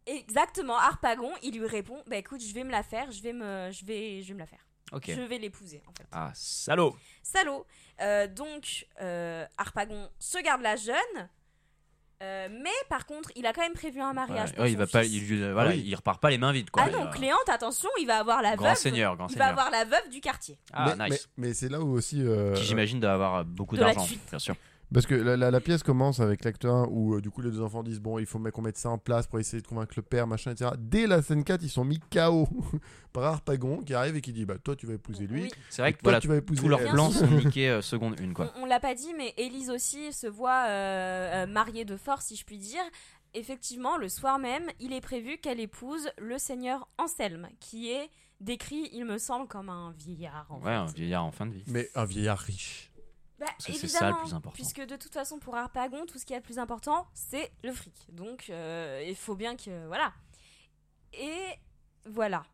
Exactement, Harpagon, il lui répond, bah écoute, je vais me la faire, je vais me, je vais, je vais me la faire,
Ok.
je vais l'épouser en fait.
Ah, salaud.
Salaud. Euh, donc euh, Harpagon se garde la jeune. euh, mais par contre, Ah, il a quand même prévu un mariage.
Ouais,
pour
ouais, il
son
va pas,
fils.
il, lui- voilà,
Ah Oui.
il repart pas les mains vides, quoi.
Ah
Il
non,
va-
Cléante, attention, il va avoir la
Grand
veuve.
seigneur, grand
Il
seigneur.
va avoir la veuve du quartier.
Ah,
mais,
nice.
mais- mais c'est là où aussi. euh,
Qui j'imagine doit avoir beaucoup
de la
d'argent,
thune.
bien sûr.
Parce que la, la- la pièce commence avec l'acte 1 où euh, du coup les deux enfants disent bon il faut mettre- qu'on mette ça en place pour essayer de convaincre le père machin etc. Dès la scène 4 ils sont mis KO par Harpagon qui arrive et qui dit bah toi tu vas épouser lui.
Oui,
C'est vrai
et
que
toi,
voilà,
tu vas épouser
tous leurs
elle.
plans sont niqués euh, seconde une, quoi.
on, on l'a pas dit, mais Élise aussi se voit euh, euh, mariée de force, si je puis dire. Effectivement, le soir même, il est prévu qu'elle épouse le seigneur Anselme, qui est décrit, il me semble, comme un vieillard. En
Ouais, un
fait.
vieillard en fin de vie.
Mais un vieillard riche.
Bah,
que c'est
évidemment,
ça le plus important.
Puisque de toute façon, pour Harpagon, tout ce qui est le plus important, c'est le fric. Donc, euh, il faut bien que. Voilà. Et voilà.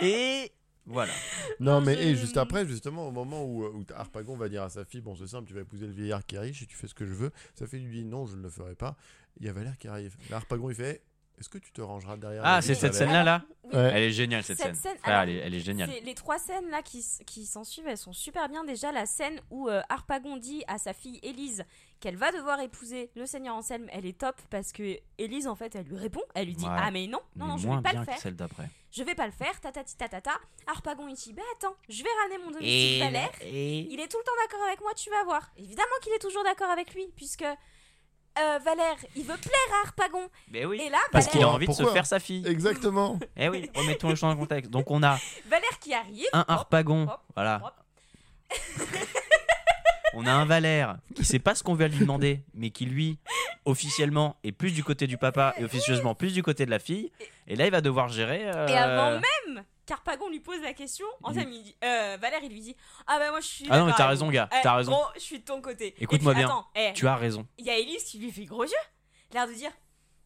Et voilà.
Non mais
je-
et juste après justement au moment où, euh, où Harpagon va dire à sa fille bon c'est simple tu vas épouser le vieillard qui est riche et tu fais ce que je veux. Sa fille lui dit non je ne le ferai pas. Il y a Valère qui arrive. Là, Harpagon il fait eh, est-ce que tu te rangeras derrière la
Ah,
vie
c'est
de
cette
Valère
scène-là, là.
Oui.
Ouais.
Elle est géniale cette,
Cette
scène.
scène,
Frère,
alors,
elle, est, elle est géniale.
C'est- Les trois scènes là qui, s- qui s'en suivent, elles sont super bien. Déjà, la scène où euh, Harpagon dit à sa fille Élise qu'elle va devoir épouser le seigneur Anselme, elle est top parce que Élise, en fait, elle lui répond. Elle lui dit
Ouais.
Ah, mais non, non, non,
mais
je
moins
vais pas
bien
le
que
faire.
celle d'après.
Je vais pas le faire. Tatati tatata. Harpagon, il dit Bah attends, je vais ramener mon domestique Valère. Il est tout le temps d'accord avec moi, tu vas voir. Évidemment qu'il est toujours d'accord avec lui, puisque euh, Valère, il veut plaire à Harpagon.
Mais oui.
Et là,
Parce
Valère,
qu'il a envie de se
Pourquoi
faire sa fille.
Exactement.
Eh oui, remettons les choses en contexte. Donc on a
Valère qui arrive.
un
Hop,
Harpagon,
hop,
voilà.
hop.
On a un Valère qui sait pas ce qu'on veut lui demander, mais qui lui, officiellement, est plus du côté du papa et officieusement plus du côté de la fille. Et là, il va devoir gérer. euh,
Et avant même qu'Arpagon lui pose la question, Anselme, il dit, euh, Valère, il lui dit Ah bah moi je suis.
Ah non, mais
d'accord
t'as
avec
raison,
vous.
gars,
Eh,
t'as raison.
Gros, je suis de ton côté. Et
Écoute-moi
puis,
bien.
Attends, eh,
Tu as raison.
il y a Elise qui lui fait gros yeux, l'air de dire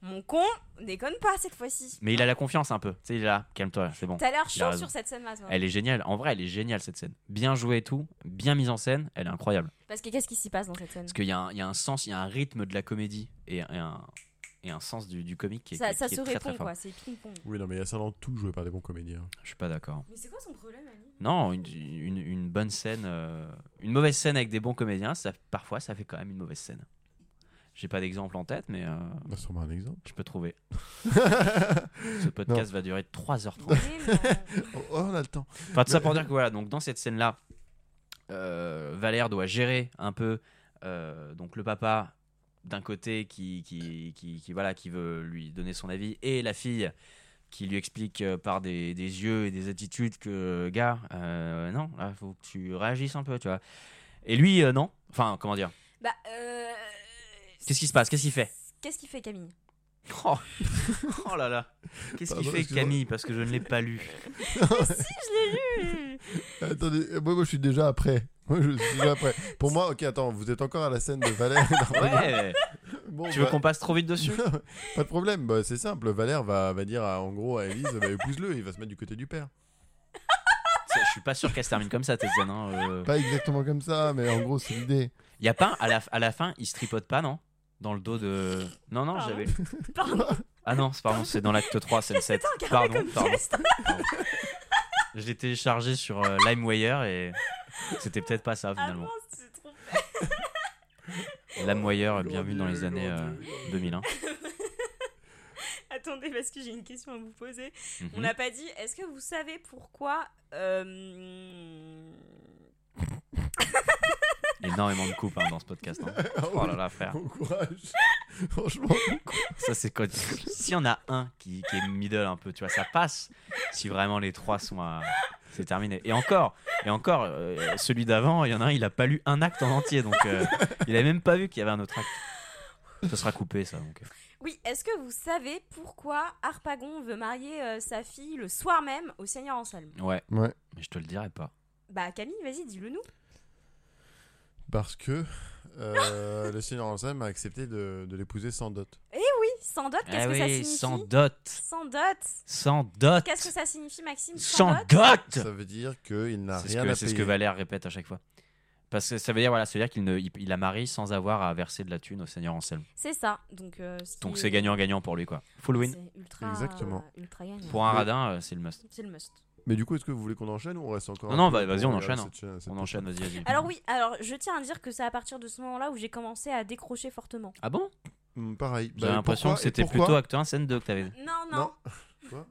Mon con, déconne pas cette fois-ci.
Mais il a la confiance un peu. Tu sais, il est là. Calme-toi, c'est bon.
T'as l'air
a
chaud
raison.
sur cette scène-là, toi.
Elle est géniale. En vrai, elle est géniale cette scène. Bien jouée et tout. Bien mise en scène. Elle est incroyable.
Parce que qu'est-ce qui s'y passe dans cette scène
Parce qu'il y, a un- il y a un sens, il y a un rythme de la comédie et, un- et un, et un sens du, du comique qui est,
Ça,
qui
ça
est
se
très
répond,
très fort.
quoi, c'est ping-pong.
Oui non mais il y a ça dans tout joué par des bons comédiens.
Je suis pas d'accord.
Mais c'est quoi son problème, Annie
Non, une, une- une bonne scène, euh, une mauvaise scène avec des bons comédiens, ça, parfois ça fait quand même une mauvaise scène. J'ai pas d'exemple en tête, mais euh,
Bah, sûrement un exemple.
je peux trouver. Ce podcast va durer 3h30.
Oh, oh, on a le temps.
Enfin, tout ça pour dire que voilà, donc dans cette scène-là, euh, Valère doit gérer un peu euh, donc le papa d'un côté qui, qui, qui, qui, voilà, qui veut lui donner son avis et la fille qui lui explique euh, par des, des yeux et des attitudes que gars, euh, non, là faut que tu réagisses un peu, tu vois. Et lui, euh, non. Enfin, comment dire
Bah, euh.
Qu'est-ce qui se passe Qu'est-ce qu'il fait
Qu'est-ce qu'il fait, Camille
oh. Oh là là Qu'est-ce qu'il
Pardon,
fait
excuse-moi.
Camille Parce que je ne l'ai pas lu.
Je l'ai lu
Attendez, euh, moi, moi je suis déjà après. Moi je suis déjà après. Pour moi, ok, attends, vous êtes encore à la scène de Valère. Non,
Ouais
bon,
Tu veux
bah,
qu'on passe trop vite dessus
Pas de problème, bah, c'est simple. Valère va, va dire à- en gros à Elise, bah, épouse-le, il va se mettre du côté du père.
Je suis pas sûr qu'elle se termine comme ça, tes scènes. hein, euh.
Pas exactement comme ça, mais en gros c'est l'idée.
Y a pas un- à la, à la fin, il se tripote pas, non Dans le dos de. Non, non,
Pardon.
j'avais.
Pardon.
Ah non, c'est- pardon, c'est dans l'acte 3, scène 7.
regardé
Pardon,
comme
pardon.
geste
pardon. Je l'ai téléchargé sur euh, LimeWire et c'était peut-être pas ça
Ah
finalement.
mince, c'est trop Ah
LimeWire, bien vu dans les années euh, 2001.
Attendez, parce que j'ai une question à vous poser.
Mhm.
On n'a pas dit, est-ce que vous savez pourquoi... euh,
Énormément de coupes hein, dans ce podcast. hein. Oh là là, frère.
Bon courage. Franchement,
Ça, c'est quand. S'il y en a un qui, qui est middle un peu, tu vois, ça passe. Si vraiment les trois sont à. C'est terminé. Et encore, et encore euh, celui d'avant, il y en a un, il a pas lu un acte en entier. Donc, euh, il a même pas vu qu'il y avait un autre acte. Ça sera coupé, ça. Donc. euh.
Oui, est-ce que vous savez pourquoi Harpagon veut marier euh, sa fille le soir même au Seigneur Anselme
Ouais.
Ouais.
Mais je te le dirai pas.
Bah Camille, vas-y, dis-le nous.
parce que euh, le Seigneur Anselme a accepté de, de l'épouser sans dot.
Oui, sans dot, qu'est-ce
ah
que
oui,
ça signifie
sans dot.
Sans dot
Sans dot.
Qu'est-ce que ça signifie, Maxime
Sans
dot
dot.
Ça veut dire qu'il n'a
C'est ce,
rien
que,
à
c'est ce que
payer.
Valère répète à chaque fois. Parce que ça veut dire voilà, ça veut dire qu'il ne, il, il a marié sans avoir à verser de la thune au Seigneur Anselme.
C'est ça. Donc euh, ce qui
Donc
est-
c'est gagnant-gagnant pour lui quoi. Full win.
C'est ultra,
Exactement.
euh, ultra gagnant.
Pour un radin, euh, c'est le must.
C'est le must.
Mais du coup, est-ce que vous voulez qu'on enchaîne ou on reste encore
Non, non,
un peu
bah, vas-y,
pour
on
regarder
enchaîne,
cette chaîne- cette
On enchaîne, vas-y, vas-y.
Alors oui, alors je tiens à dire que c'est à partir de ce moment-là où j'ai commencé à décrocher fortement.
Ah bon
Hmm, Pareil.
J'ai
Bah,
l'impression
pourquoi
que
et
c'était
pourquoi
plutôt acte 1, scène 2 que t'avais.
Non, non,
Non.
non,
Quoi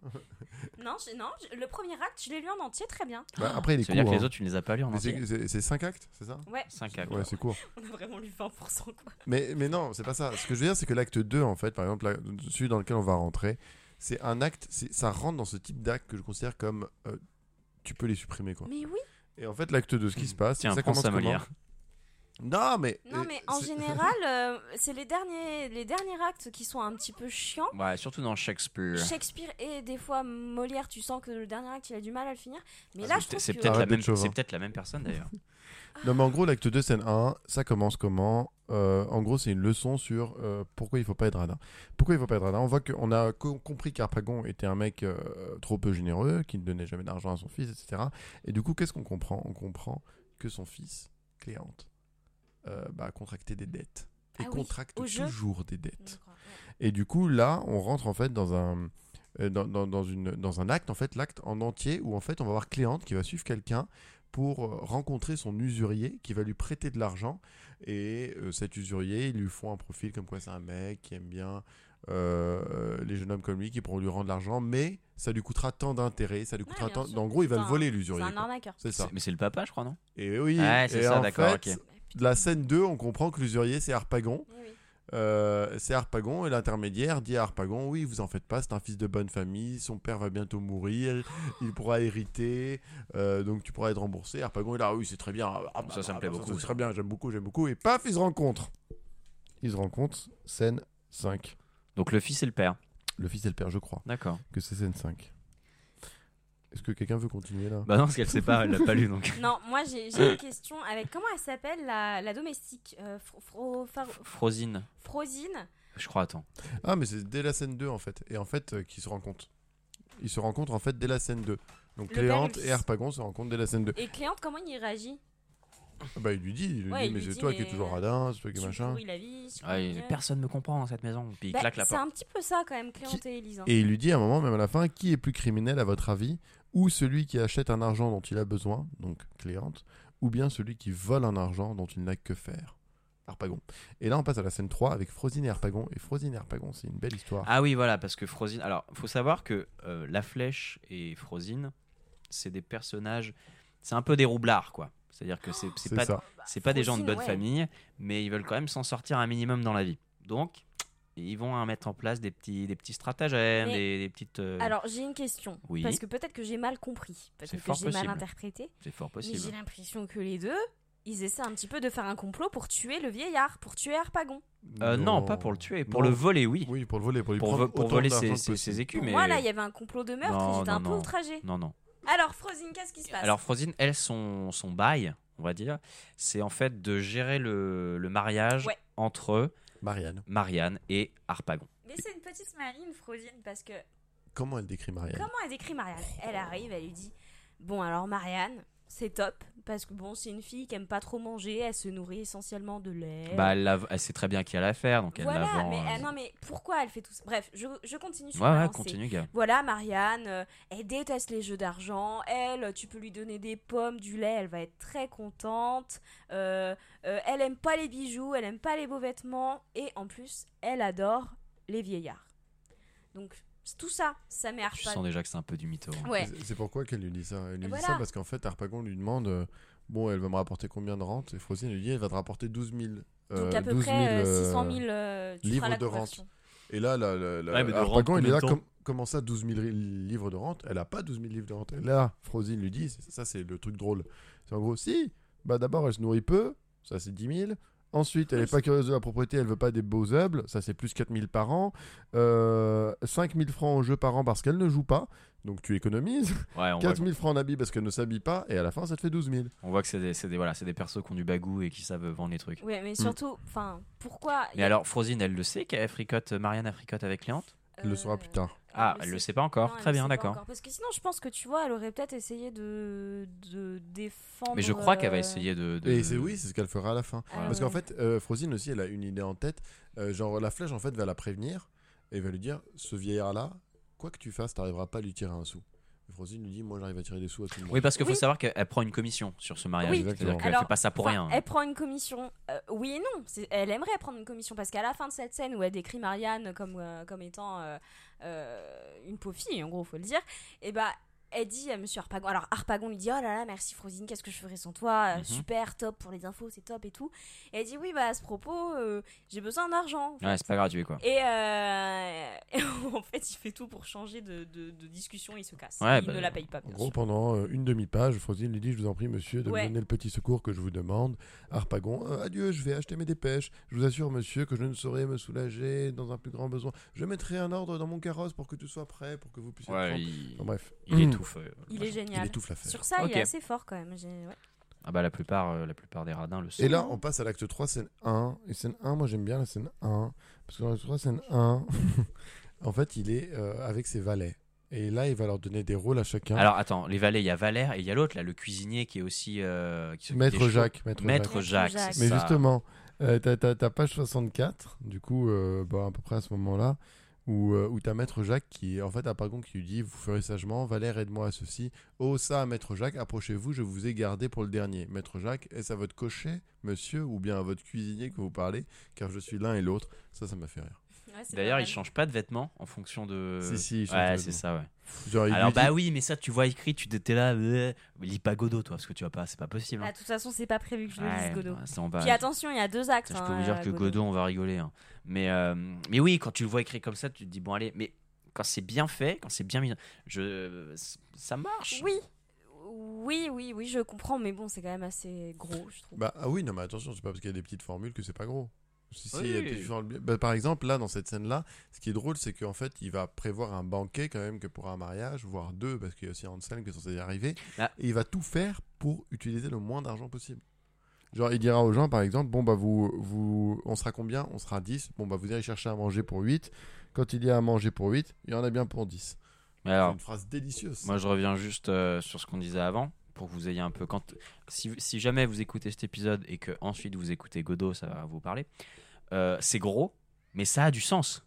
je- non je- le premier acte, je l'ai lu en entier très bien.
Bah, Après, il est
Ça veut dire
court.
que les
hein.
autres, tu ne les as pas lus en
Mais
entier.
c'est- C'est 5 actes, c'est ça
5 actes.
Ouais, c'est court.
On a vraiment lu 20% quoi.
Mais, mais non, c'est pas ça. Ce que je veux dire, c'est que l'acte 2, en fait, par exemple, la- celui dans lequel on va rentrer, c'est un acte, c'est- ça rentre dans ce type d'acte que je considère comme euh, tu peux les supprimer, quoi.
Mais oui,
Et en fait, l'acte 2, ce qui se passe, c'est
Hmm. Tiens,
que ça
prends
commence
ça,
comment
Molière.
Non, mais.
non
euh,
mais en
c'est-
général, euh, c'est les derniers, les derniers actes qui sont un petit peu chiants.
Ouais, surtout dans Shakespeare.
Shakespeare et des fois Molière, tu sens que le dernier acte il a du mal à le finir. Mais
C'est
Ah,
là, je
peut-
trouve
C'est
que
peut-être la,
Arrête
même-
d'être chauvin.
c'est peut-être la même personne d'ailleurs.
Non, mais en gros, l'acte 2, scène 1, ça commence comment Euh, En gros, c'est une leçon sur euh, pourquoi il faut pas être radin. Pourquoi il faut pas être radin On voit qu'on a co- compris qu'Arpagon était un mec euh, trop peu généreux, qui ne donnait jamais d'argent à son fils, etc. Et du coup, qu'est-ce qu'on comprend On comprend que son fils, Cléante, euh, bah, a contracté des dettes. Et
Ah oui,
contracte
au jeu.
toujours des
Je
dettes.
crois, ouais.
Et du coup, là, on rentre en fait dans un, euh, dans, dans- dans une, dans un acte, en fait, l'acte en entier, où en fait, on va voir Cléante qui va suivre quelqu'un pour euh, rencontrer son usurier qui va lui prêter de l'argent. Et euh, cet usurier, ils lui font un profil comme quoi c'est un mec qui aime bien euh, les jeunes hommes comme lui, qui pourront lui rendre l'argent, mais ça lui coûtera tant d'intérêt, ça lui
Ouais,
coûtera
bien
tant...
sûr.
En gros, il va
C'est
le
un-
voler,
C'est
l'usurier.
un
quoi.
arnaqueur.
C'est ça.
C'est- Mais c'est le papa, je crois, non
Et oui,
Ouais, c'est
et
ça,
en
d'accord,
fait,
ok.
de la scène 2, on comprend que l'usurier, c'est Harpagon.
Oui, oui.
Euh, c'est Harpagon et l'intermédiaire dit à Harpagon oui vous en faites pas c'est un fils de bonne famille son père va bientôt mourir il pourra hériter euh, donc tu pourras être remboursé Harpagon est là oui c'est très bien Ah, bah,
Ça, ça me
bah,
plaît
bah,
beaucoup,
c'est
ça.
très bien j'aime beaucoup j'aime beaucoup et paf ils se rencontrent ils se rencontrent scène 5
Donc le fils et le père.
le fils et le père je crois
D'accord.
que c'est scène 5 est-ce que quelqu'un veut continuer là
Bah non, parce qu'elle sait pas, elle l'a pas lu donc.
Non, moi j'ai j'ai une question avec comment elle s'appelle la, la domestique euh, Fro- Fro- Far-
Frosine,
Frosine
je crois, attends.
ah mais c'est dès la scène 2 en fait et en fait euh, qu'ils se rencontrent ils se rencontrent en fait dès la scène 2 donc
Le père et le
Cléante
fils.
et Harpagon se rencontrent dès la scène 2
et Cléante, comment il réagit
Ah Bah, il lui dit, il lui
Ouais,
dit,
il
mais
lui
c'est
dit,
toi qui
mais
es toujours radin, c'est toi qui es
Tu me
machin.
pourris la vie. je
Ah, il-
comprends.
personne me comprend dans cette maison. Puis il
Bah,
claque la
C'est
porte.
un petit peu ça quand même, Cléante et hein. Elisa.
Et il lui dit à un moment, même à la fin, qui est plus criminel à votre avis Ou celui qui achète un argent dont il a besoin, donc cliente, ou bien celui qui vole un argent dont il n'a que faire Harpagon. Et là, on passe à la scène 3 avec Frosine et Harpagon. Et Frosine et Harpagon, c'est une belle histoire.
Ah oui, voilà, parce que Frosine. Alors, faut savoir que euh, La Flèche et Frosine, c'est des personnages. C'est un peu des roublards, quoi. C'est-à-dire que c'est c'est
c'est
Oh,
pas,
ça.
c'est pas des gens de
Frosine,
bonne
Bah, ouais.
famille, mais ils veulent quand même s'en sortir un minimum dans la vie. Donc, ils vont hein, mettre en place des petits, des petits stratagèmes,
Mais-
des, des petites. euh,
Alors j'ai une question,
Oui.
parce que peut-être que j'ai mal compris,
C'est
peut-être que
fort
j'ai mal
possible.
interprété,
c'est fort
mais j'ai
possible.
l'impression que les deux, ils essaient un petit peu de faire un complot pour tuer le vieillard, pour tuer Harpagon.
Euh, non, pas pour le tuer. Pour
Non.
le voler, oui.
Oui, pour le voler, pour lui
pour,
prendre
vo- pour
autant
voler
d'argent
ses,
que
ses,
possible.
ses écus,
Pour
mais.
moi là, il y avait un complot de meurtre
Non,
et j'étais un
non,
peu
non.
outragée.
Non, non.
Alors Frosine, qu'est-ce qui se passe
Alors Frosine, elle, son, son bail, on va dire, c'est en fait de gérer le, le mariage
Ouais.
entre
Marianne.
Marianne et Harpagon.
Mais c'est une petite marine, Frosine, parce que
Comment elle décrit Marianne
comment elle décrit Marianne Elle arrive, elle lui dit, bon alors Marianne, c'est top. Parce que bon, c'est une fille qui aime pas trop manger, elle se nourrit essentiellement de lait.
Bah, elle, la- elle sait très bien qui elle a affaire, donc elle la
Eh voilà,
vend.
mais
euh,
ah, non, mais pourquoi elle fait tout ça Bref, je, je continue sur ma
Ouais, ouais,
lancée.
continue, gars.
Voilà, Marianne, euh, elle déteste les jeux d'argent. Elle, tu peux lui donner des pommes, du lait, elle va être très contente. Euh, euh, elle aime pas les bijoux, elle aime pas les beaux vêtements. Et en plus, elle adore les vieillards. Donc, c'est tout ça, ça
Je
marche pas.
sens déjà que c'est un peu du mytho. hein.
Ouais.
C'est- C'est pourquoi qu'elle lui dit ça. Elle lui dit
Voilà.
ça parce qu'en fait, Harpagon lui demande euh, Bon, elle va me rapporter combien de rente Et Frosine lui dit Elle va te rapporter 12 000. euh,
Donc, à peu
12 000,
près euh,
euh,
600 000, euh, tu
livres
feras la
de rente.
conversion.
Et là, la, la- la-
Ouais, mais de rente,
Harpagon, il est
combien
là
de temps
comme. Comment ça, 12 000 ri- livres de rente Elle a pas 12 000 livres de rente. Et là, Frosine lui dit, c'est- ça c'est le truc drôle. C'est en gros, si, bah d'abord elle se nourrit peu, ça c'est 10 000. Ensuite, elle n'est pas curieuse de la propriété, elle veut pas des beaux meubles, ça c'est plus 4 000 par an. Euh, 5 000 francs au jeu par an parce qu'elle ne joue pas, donc tu économises.
Ouais, on, voit,
4 000 francs en habits parce qu'elle ne s'habille pas, et à la fin ça te fait 12 000.
on voit que c'est des, c'est des- voilà, c'est des persos qui ont du bagou et qui savent vendre les trucs.
Ouais, mais surtout, enfin, pourquoi
Mm.
il y
Mais
a-
alors, Frosine, elle le sait qu'elle fricote, euh, Marianne, elle fricote avec Léante
Elle le saura
euh,
plus tard.
Ah, elle le sait pas encore.
Non, elle
Très
le
bien,
sait pas
d'accord.
encore. Parce que sinon, je pense que tu vois, elle aurait peut-être essayé de, de défendre.
Mais je crois qu'elle va
euh,
essayer de. de-
Et c'est oui, c'est ce qu'elle fera à la fin.
Ah
Parce qu'en
ouais.
fait, euh, Frosine aussi, elle a une idée en tête. Euh, genre, la flèche, en fait, va la prévenir et va lui dire ce vieillard-là, quoi que tu fasses, t'arriveras pas à lui tirer un sou. Et Frosine lui dit moi, j'arrive à tirer des sous à tout le monde.
Oui, parce qu'il faut
Oui.
savoir qu'elle prend une commission sur ce mariage.
Oui.
C'est-à-dire
Exactement.
qu'elle
Alors,
fait pas ça pour
Enfin,
rien. hein.
Elle prend une commission. Euh, oui et non. C'est- Elle aimerait prendre une commission parce qu'à la fin de cette scène où elle décrit Marianne comme, euh, comme étant euh, euh, une pauvre fille, en gros, faut le dire, et bah. Elle dit à Monsieur Harpagon. Alors Harpagon lui dit Oh là là, merci Frosine, qu'est-ce que je ferais sans toi Euh,
Mhm.
Super, top pour les infos, c'est top et tout. Et elle dit Oui, bah à ce propos, euh, j'ai besoin d'argent.
Ouais, c'est pas gratuit, quoi.
Et, euh, et en fait, il fait tout pour changer de, de- de discussion et il se casse.
Ouais,
il
bah,
ne la paye pas,
En
bien
gros,
sûr.
pendant euh, une demi-page, Frosine lui dit Je vous en prie, monsieur, de
Ouais.
me donner le petit secours que je vous demande. Harpagon Euh, Adieu, je vais acheter mes dépêches. Je vous assure, monsieur, que je ne saurais me soulager dans un plus grand besoin. Je mettrai un ordre dans mon carrosse pour que tout soit prêt, pour que vous puissiez. le
Ouais,
prendre.
il,
Enfin, bref,
il étouffe. euh,
Il
machin.
est génial.
il étouffe l'affaire.
Sur ça, il est
Ok.
assez fort quand même. J'ai- ouais.
Ah bah, la plupart, euh, la plupart des radins le
Et
savent.
là, on passe à l'acte 3, scène 1. Et scène 1, moi j'aime bien la scène 1. Parce que dans l'acte 3, scène 1, en fait, il est euh, avec ses valets. Et là, il va leur donner des rôles à chacun.
Alors, attends, les valets, il y a Valère et il y a l'autre, là, le cuisinier qui est aussi. euh, qui s'occupe des
Maître
chevaux.
Jacques. Maître,
Maître
Jacques.
Jacques,
Maître
c'est
Mais
ça.
justement, euh, t'as- t'as t'as page 64, du coup, euh, bah, à peu près à ce moment-là, où, euh, où t'as Maître Jacques qui, en fait, à Paragon qui lui dit Vous ferez sagement, Valère, aide-moi à ceci. Oh, ça, Maître Jacques, approchez-vous, je vous ai gardé pour le dernier. Maître Jacques, est-ce à votre cocher, monsieur, ou bien à votre cuisinier que vous parlez Car je suis l'un et l'autre. Ça, ça m'a fait rire.
Ouais, c'est
D'ailleurs,
pas
il
mal.
change pas de vêtements en fonction de.
Si, si, il change
Euh, Ouais,
de
c'est
vêtements.
ça, ouais.
Genre, il
Alors
lui
bah
dit-
oui, mais ça tu vois écrit, tu t'es là, euh, lis pas Godot toi, parce que tu vas pas, c'est pas possible. hein.
Ah, de toute façon, c'est pas prévu que je le
Ouais,
dise, Godot.
ouais, ça, on va-
Puis attention, il y a deux actes.
je peux
hein,
vous dire
euh,
que Godot. on va rigoler. hein. Mais euh, mais oui, quand tu le vois écrit comme ça, tu te dis bon allez, mais quand c'est bien fait, quand c'est bien mis, je ça marche.
Oui, oui, oui, oui, je comprends, mais bon, c'est quand même assez gros, je trouve.
Bah ah oui, non, mais attention, c'est pas parce qu'il y a des petites formules que c'est pas gros. Si, si, il y a
Oui.
des formules- bah, par exemple, là, dans cette scène-là, ce qui est drôle, c'est qu'en fait, il va prévoir un banquet quand même que pour un mariage, voire deux, parce qu'il y a aussi Hansel qui est censé y arriver.
Là.
Et il va tout faire pour utiliser le moins d'argent possible. Genre, il dira aux gens, par exemple, bon, bah, vous, vous, on sera combien On sera 10. Bon, bah, vous allez chercher à manger pour 8. Quand il y a à manger pour 8, il y en a bien pour 10.
Mais
C'est
alors,
une phrase délicieuse.
moi je reviens juste euh, sur ce qu'on disait avant pour que vous ayez un peu quand si, si jamais vous écoutez cet épisode et que ensuite vous écoutez Godot, ça va vous parler. Euh, c'est gros, mais ça a du sens.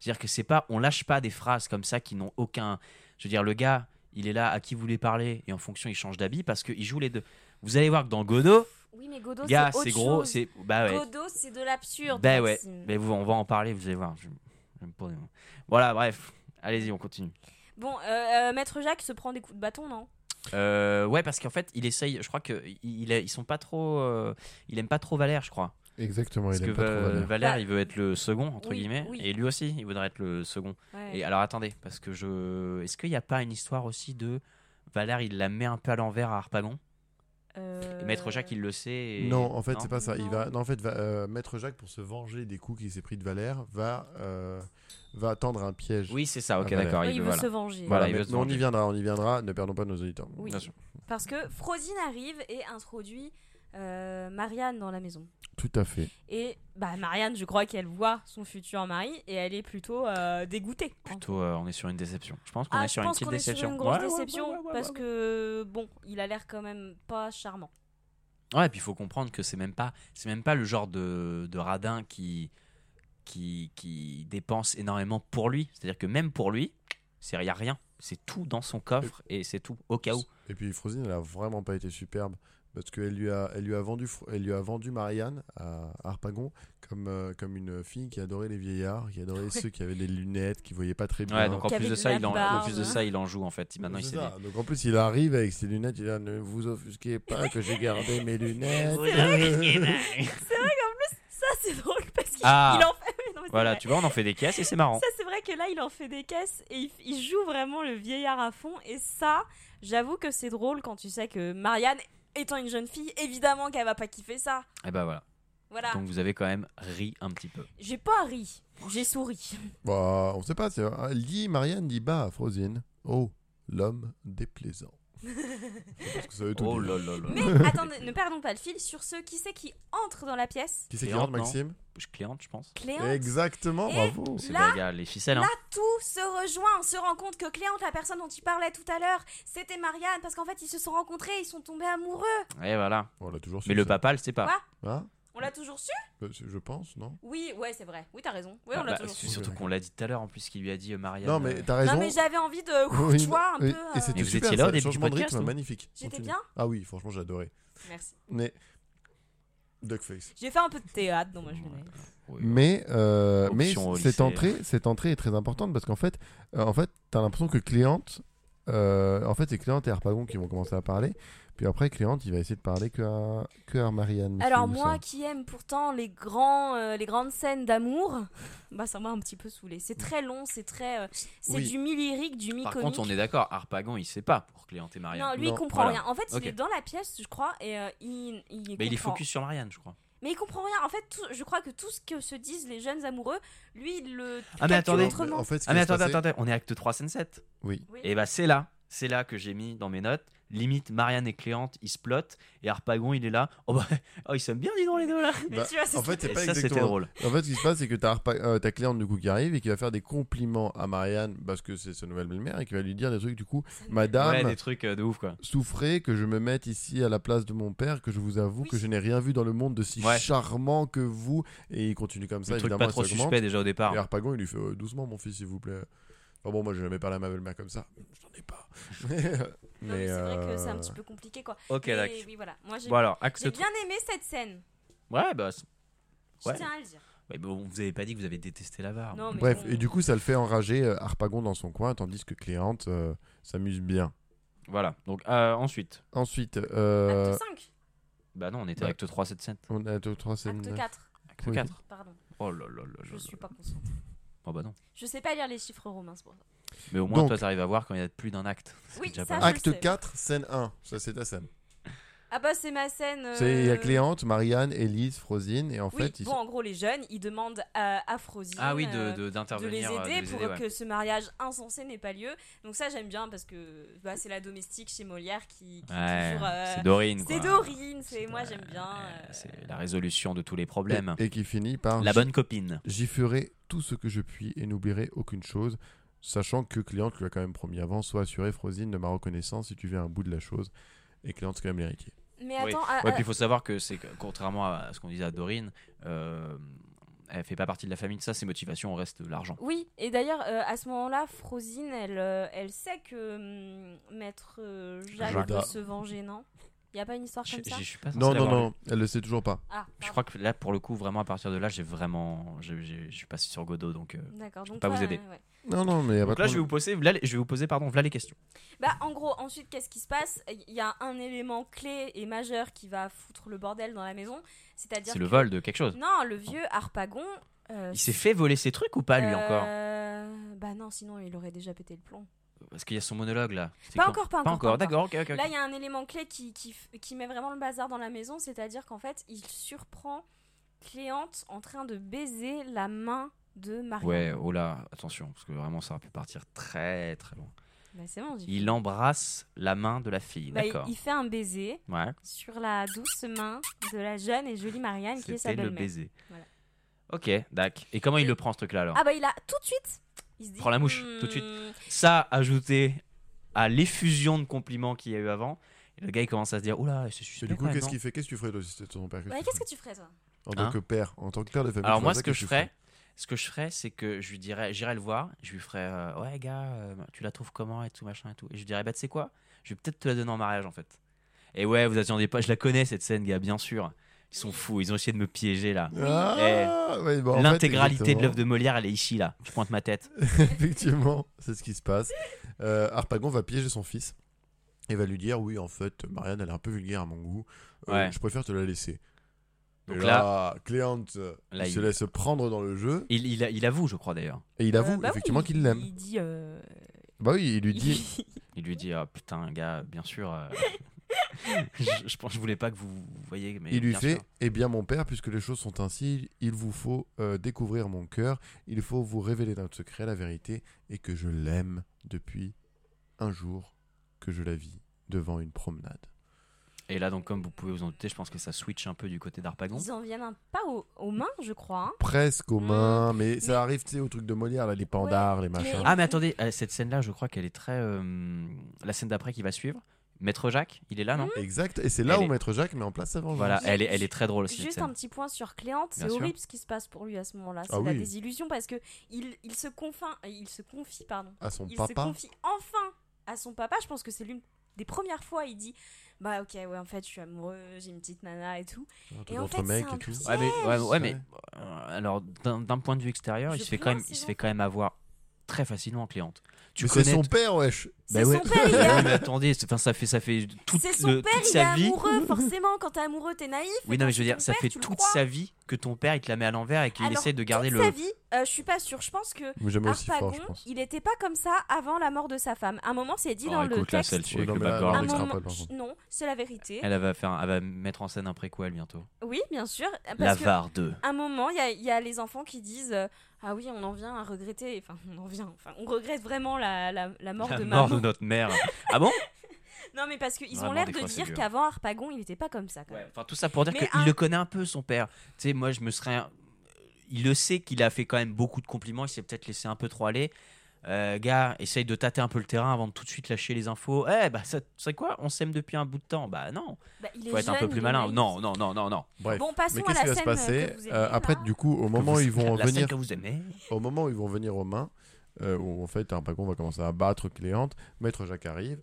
C'est-à-dire que c'est pas, on lâche pas des phrases comme ça qui n'ont aucun. Je veux dire, le gars, il est là à qui vous voulez parler et en fonction, il change d'habit parce qu'il joue les deux. Vous allez voir que dans Godot,
Oui, mais Godot,
gars,
c'est autre
c'est gros,
chose.
c'est bah ouais,
Godot, c'est de l'absurde.
bah ouais.
Maxime.
Mais vous, on va en parler, vous allez voir. Je- je me pose- Voilà, bref, allez-y, on continue.
Bon, euh, euh, Maître Jacques se prend des coups de bâton, non
Euh, ouais, parce qu'en fait, il essaye. Je crois que i- il, a- ils sont pas trop. euh, il aime pas trop Valère, je crois.
Exactement,
Parce
il
que
aime pas trop
Va-
Valère.
Valère,
Bah,
il veut être le second entre
oui,
guillemets,
oui.
et lui aussi, il voudrait être le second.
Ouais.
Et euh, alors attendez, parce que je. Est-ce qu'il n'y a pas une histoire aussi de Valère, il la met un peu à l'envers à Harpagon
Euh,
Et Maître Jacques, il le sait. et-
Non, en fait, c'est pas ça. Il
Non.
va, non, en fait, va, euh, Maître Jacques, pour se venger des coups qu'il s'est pris de Valère, va, euh, va tendre un piège.
Oui, c'est ça. Ok,
Ah, Valère.
d'accord.
oui,
il
il
veut-
veut
voilà.
se venger.
Voilà,
Voilà,
il
mais,
veut se
mais on y
venger.
viendra, on y viendra. Ne perdons pas nos auditeurs.
Oui.
Bien sûr.
Parce que Frosine arrive et introduit euh, Marianne dans la maison.
Tout à fait.
Et bah, Marianne, je crois qu'elle voit son futur mari et elle est plutôt euh, dégoûtée. en fait.
Plutôt, euh, on est sur une déception. Je pense qu'on
Ah,
est
je
sur une
pense
petite
qu'on est sur
déception.
une grosse
Ouais, ouais,
déception
ouais, ouais, ouais,
parce
ouais.
que bon, il a l'air quand même pas charmant.
Ouais, et puis il faut comprendre que c'est même pas, c'est même pas le genre de, de radin qui, qui, qui dépense énormément pour lui. C'est-à-dire que même pour lui, c'est y a rien. C'est tout dans son coffre et c'est tout au cas où.
Et puis Frosine, elle a vraiment pas été superbe parce qu'elle lui a, elle lui a vendu, Fro- elle lui a vendu Marianne à Harpagon comme, euh, comme une fille qui adorait les vieillards, qui adorait ceux qui avaient des lunettes, qui voyaient pas très bien.
Ouais, donc en plus
Qui avait
de
de
ça,
la
il en, en
barbe. hein.
plus de ça, il en joue en fait. Maintenant, il
C'est
s'est
ça. Donc en plus, il arrive avec ses lunettes, il a ne vous offusquez pas que j'ai gardé mes lunettes.
dit-
C'est vrai qu'en plus, ça c'est drôle parce qu'il
Ah.
il en fait. Oui, non, mais c'est
Voilà,
vrai.
tu vois, on en fait des caisses et c'est marrant.
Ça, c'est vrai que là, il en fait des caisses et il, f- il joue vraiment le vieillard à fond. Et ça, j'avoue que c'est drôle quand tu sais que Marianne, étant une jeune fille, évidemment qu'elle va pas kiffer ça.
Et bah voilà.
Voilà.
Donc vous avez quand même ri un petit peu.
J'ai pas ri, j'ai souri.
Bah, on sait pas. c'est- Elle dit, Marianne dit bas à Frosine. Oh, l'homme déplaisant. Parce que ça veut tout
Oh
dire.
là là là.
Mais attendez, ne perdons pas le fil sur ce qui c'est qui entre dans la pièce.
Qui c'est qui
Cléante,
rentre,
non
Maxime
Je cliente, je pense.
Cléante.
Exactement,
Et-
bravo.
C'est
Là-
les gars, les ficelles. hein.
Là, tout se rejoint. On se rend compte que Cléante, la personne dont tu parlais tout à l'heure, c'était Marianne. Parce qu'en fait, ils se sont rencontrés, ils sont tombés amoureux.
Et Eh, voilà.
On l'a Oh, toujours su,
Mais le
ça.
papa, le sait pas.
Ouais.
Hein
On l'a toujours su
Euh, Je je pense, non
Oui, ouais, c'est vrai. Oui, t'as raison. Oui, on
Ah
l'a
bah,
toujours
c'est
su.
su.
surtout qu'on l'a dit tout à l'heure en plus qu'il lui a dit euh, Marianne.
Non,
euh,
mais t'as raison.
Non, mais j'avais envie de.
Oui,
tu vois,
oui,
un peu.
Et
euh,
c'était
Mais vous
super,
étiez là au
ça,
début du
changement de
podcast,
rythme,
ou
magnifique.
J'étais
Continue.
bien
Ah oui, franchement, j'ai adoré.
Merci.
Mais. Duckface.
J'ai fait un peu de théâtre dans ma journée.
oui,
Mais, euh, mais
Option au
cette,
lycée.
entrée, cette entrée est très importante parce qu'en fait, euh, en fait t'as l'impression que Cléante. euh, en fait, c'est Cléante et Harpagon qui vont commencer à parler. Puis après, Cléante, il va essayer de parler que à, que à Marianne. il me
Alors
semble,
moi
ça.
qui aime pourtant les, grands, euh, les grandes scènes d'amour, bah ça m'a un petit peu saoulé. C'est très long, c'est très... euh, c'est
Oui.
du mi-lyrique, du mi-comique.
Par contre, on est d'accord, Harpagon, il sait pas pour Cléante et Marianne.
Non, lui
Non,
il comprend
voilà.
rien. En fait,
Ok.
il est dans la pièce, je crois, et euh, il, il,
mais il est
comprend.
focus sur Marianne, je crois.
Mais il comprend rien. En fait, tout- je crois que tout ce que se disent les jeunes amoureux, lui il le
Ah, mais
calcule
attendez.
autrement.
En fait, ce qui
Ah, mais
va se
attendez,
passer-
attendez, on est acte 3, scène 7.
Oui.
Oui.
Et bah, c'est là, c'est là que j'ai mis dans mes notes. Limite, Marianne et Cléante, ils se plotent. Et Harpagon, il est là. Oh, bah, oh, ils s'aiment bien, dis donc, les deux là.
Mais
Bah,
tu vois, c'est
en fait, c'est
Et
pas
ça, c'était
exactement
drôle.
En fait, ce qui se passe, c'est que t'as Harpa- euh, t'as Cléante du coup qui arrive et qui va faire des compliments à Marianne parce que c'est sa nouvelle belle-mère et qui va lui dire des trucs du coup,
Ouais,
Madame,
des trucs euh, de ouf, quoi.
souffrez que je me mette ici à la place de mon père, que je vous avoue
Oui.
que je n'ai rien vu dans le monde de si
Ouais.
charmant que vous. Et il continue comme ça,
Des trucs
évidemment,
pas trop
ça augmente.
suspects déjà au départ.
Et Harpagon, il lui fait euh, doucement, mon fils, s'il vous plaît. Enfin bon, moi, je jamais parlé à ma belle-mère comme ça. J'en ai pas. mais
Non, mais c'est vrai que c'est un
euh,
petit peu compliqué quoi.
Ok,
Mais
d'accord.
oui, voilà. Moi j'ai
Bon, alors, acte
j'ai
3.
bien aimé cette scène.
Ouais, bah, c'est-
Je
Ouais.
tiens à le dire.
ouais, bon, vous avez pas dit que vous avez détesté la barbe.
Non, mais
Bref,
bon.
et du coup, ça le fait enrager euh, Harpagon dans son coin, tandis que Cléante euh, s'amuse bien.
Voilà, donc euh, ensuite.
Ensuite, euh,
Acte 5,
Bah, non, on était
Bah.
acte 3, cette scène.
on a deux, trois scènes.
acte 4,
Acte
Oui.
4.
pardon.
Oh là là là
Je
là.
suis pas consciente.
Oh, bah, non.
Je sais pas lire les chiffres romains, c'est pour ça.
Mais au moins,
Donc-
toi, t'arrives à voir quand il y a plus d'un acte. C'est
Oui,
déjà
ça,
pas mal.
je- le
Acte
sais.
4, scène 1. Ça, c'est ta scène.
Ah bah c'est ma scène. euh,
C'est- Il y a Cléante, Marianne, Élise, Frosine, et en
Oui,
fait, ils
bon,
sont-
en gros, les jeunes, ils demandent à, à Frosine,
Ah oui, de-
euh,
de-
de les
d'intervenir. euh,
aider pour
ouais.
que ce mariage insensé n'ait pas lieu. Donc ça, j'aime bien parce que bah, c'est la domestique chez Molière qui, qui est
Ouais,
toujours... euh,
c'est Dorine.
c'est
quoi.
Dorine, c'est
C'est-
moi
ouais,
j'aime bien.
Euh,
euh,
C'est la résolution de tous les
et-
problèmes.
et, qui finit par
La
J'y-
bonne copine.
J'y ferai tout ce que je puis et n'oublierai aucune chose, sachant que Cléante lui a quand même promis avant Sois assuré, Frosine, de ma reconnaissance si tu viens à bout de la chose. Et Cléante, c'est quand même l'héritier.
Mais
Oui.
attends, ah,
Ouais,
ah,
puis il faut savoir que c'est que, contrairement à ce qu'on disait à Dorine, euh, elle fait pas partie de la famille de ça. Ses motivations restent l'argent.
Oui, et d'ailleurs, euh, à ce moment-là, Frosine, elle, euh, elle sait que hum, Maître euh, Jacques
Jacques.
veut se venger, non Il a pas une histoire
Je
Ah, comme ça
je suis pas
Non,
censé
non,
l'avoir lu.
non, elle le sait toujours pas.
Ah,
Je
pardon.
crois que là, pour le coup, vraiment à partir de là, j'ai vraiment, j'ai- j'ai- je suis passé sur Godot, donc. euh.
D'accord, donc
pas vous
toi,
aider.
euh, ouais.
Non, non, mais il y a pas
Donc
de
là, je vais
problème.
vous poser, là, les- je vais vous poser, pardon, voilà les questions.
Bah, en gros, ensuite, qu'est-ce qui se passe Il y a un élément clé et majeur qui va foutre le bordel dans la maison, c'est-à-dire.
C'est le
que- Euh,
vol de quelque chose.
Non, le vieux Harpagon. euh,
Il s'est fait voler ses trucs ou pas lui encore
euh, Bah non, sinon il aurait déjà pété le plomb.
Parce qu'il y a son monologue là. C'est
Pas
quand
encore, pas encore.
Pas encore,
pas encore.
d'accord, ok, ok. ok.
Là, il y a un élément clé qui, qui, f- qui met vraiment le bazar dans la maison, c'est-à-dire qu'en fait, il surprend Cléante en train de baiser la main de Marianne.
Ouais, oh là, attention, parce que vraiment ça aurait pu partir très très loin.
Bah, c'est bon, j'ai
Il embrasse la main de la fille,
Bah, il,
d'accord.
il fait un baiser
Ouais,
sur la douce main de la jeune et jolie Marianne qui est sa
c'était le
belle-mère.
baiser.
Voilà.
Ok, d'accord. Et comment il le prend ce truc-là alors
Ah bah il a tout de suite. Il se dit,
Prends la mouche, tout de suite.
Hmm,
Ça, ajouté à l'effusion de compliments qu'il y a eu avant, et le gars il commence à se dire Oula, c'est
Et
juste.
du coup, qu'est-ce qu'il fait Qu'est-ce que tu ferais toi si c'était ton père
ouais, qu'est-ce que tu ferais toi
En tant
Bah, Hein
que père, en tant que père de famille.
Alors
tu
moi, ce
ferais ça,
que
qu'est-ce
je
tu
ferais, ce que je ferais, c'est que je lui dirais, j'irais le voir, je lui ferais, euh, ouais gars, euh, tu la trouves comment et tout machin et tout, et je lui dirais, bah tu sais quoi, je vais peut-être te la donner en mariage en fait. Et ouais, vous attendez pas, je la connais cette scène, gars, bien sûr. Ils sont fous, ils ont essayé de me piéger là. Eh,
Ah, ouais, bah, en fait,
L'intégralité de l'œuvre de
exactement.
Molière, elle est ici là. Je pointe ma tête.
Effectivement, c'est ce qui se passe. Euh, Harpagon va piéger son fils et va lui dire Oui, en fait, Marianne, elle est un peu vulgaire à mon goût. Euh,
Ouais.
Je préfère te la laisser.
Donc
Et là, Cléant euh,
Là,
il se
il-
laisse prendre dans le jeu
Il, il, il avoue, je crois d'ailleurs.
et il avoue
Euh, bah oui,
effectivement qu'il l'aime.
Il dit. euh,
Bah oui, il lui dit
il-
Il lui dit, ah putain, gars, bien sûr. euh, je, je pense, je voulais pas que vous vous voyez, mais
Il lui
bien
fait
sûr.
Eh bien, mon père, puisque les choses sont ainsi, il vous faut euh, découvrir mon cœur, il faut vous révéler notre secret, la vérité, et que je l'aime depuis un jour que je la vis devant une promenade.
Et là, donc, comme vous pouvez vous en douter, je pense que ça switch un peu du côté d'Arpagon.
Ils en viennent un pas aux, aux mains, je crois. hein.
Presque aux
Mm.
mains, mais,
Mais-
ça arrive, tu sais, au truc de Molière, là, les pandards, les machins.
mais-
Ah mais attendez, euh, cette scène-là, je crois qu'elle est très... euh, la scène d'après qui va suivre. Maître Jacques, il est là, non
Exact, et c'est là
Elle
où
est-
Maître Jacques met en place sa vengeance.
Voilà,
Mhm. Juste-
elle est, elle est très drôle, cette
Juste un
scène.
petit point sur Cléante,
Bah, Bien
c'est
sûr.
horrible ce qui se passe pour lui à ce moment-là. C'est
Ah
la
oui.
désillusion parce que il, il se confin, il se confie, pardon.
À son
il se
papa.
confie enfin à son papa. Je pense que c'est l'une des premières fois. Il dit, bah ok, ouais, en fait, je suis amoureux, j'ai une petite nana et tout.
un truc
Et en
entre
fait,
mecs
c'est
et tout.
un
Ouais, mais, ouais, ouais, mais,
Ouais.
euh, alors, d'un d'un point de vue extérieur,
Je
il se, fait
plains
quand même,
ces
il se
gens.
fait quand même avoir très facilement Cléante. Tu
Mais
connais...
c'est son père, wesh
C'est
Bah ouais.
son père, il est
Ouais, mais attendez, c'est- enfin, ça fait, ça fait toute,
C'est son
le-
père,
toute
il est
sa vie...
amoureux, forcément. Quand t'es amoureux, t'es naïf.
Oui,
et
non,
quand
mais je veux
c'est
dire,
ton
ça
père,
fait
tu le
toute
crois.
sa vie que ton père, il te la met à l'envers et qu'il
Alors,
essaie de garder
toute
le...
sa vie, euh, je suis pas sûre. Je pense que
Mais jamais aussi fort,
Harpagon,
je pense.
il était pas comme ça avant la mort de sa femme. À un moment, c'est dit
Oh,
dans le
écoute, là,
texte.
celle-ci, avec
non,
le
mais là,
background.
À
on
un
extra,
l'extrapole,
moment-
par contre.
Non, c'est la vérité.
Elle elle va, faire, elle va mettre en scène un préquel bientôt.
Oui, bien sûr. euh, Parce
La
que
VAR 2.
à un moment, il y a, il y a les enfants qui disent euh, Ah oui, on en vient à regretter. Enfin, on en vient. Enfin, on regrette vraiment la, la- la mort
La
de
mort
maman.
de notre mère. Ah bon
Non, mais parce qu'ils ont
Vraiment,
l'air
des
de
fois, c'est
dire
dur.
qu'avant Harpagon, il n'était pas comme ça. Quand
Ouais,
même.
enfin tout ça pour dire
Mais
qu'il
un-
le connaît un peu son père. Tu sais, moi je me serais, il le sait qu'il a fait quand même beaucoup de compliments, il s'est peut-être laissé un peu trop aller. Euh, gars, essaye de tâter un peu le terrain avant de tout de suite lâcher les infos. Eh bah ça, c'est quoi On s'aime depuis un bout de temps. Bah non.
Bah, il est
Faut être un
jeune,
peu
il
plus
est
malin.
naïf.
Non, non, non, non, non.
Bref.
Bon, passons
Mais
à
qu'est-ce
la
qui va se
scène
passer
que vous aimez,
Euh, Après,
là.
du coup, au moment
Que vous-
où ils vont en
la scène
venir,
que vous aimez.
au moment où ils vont venir aux mains, euh, où en fait Harpagon va commencer à battre Cléante, Maître Jacques arrive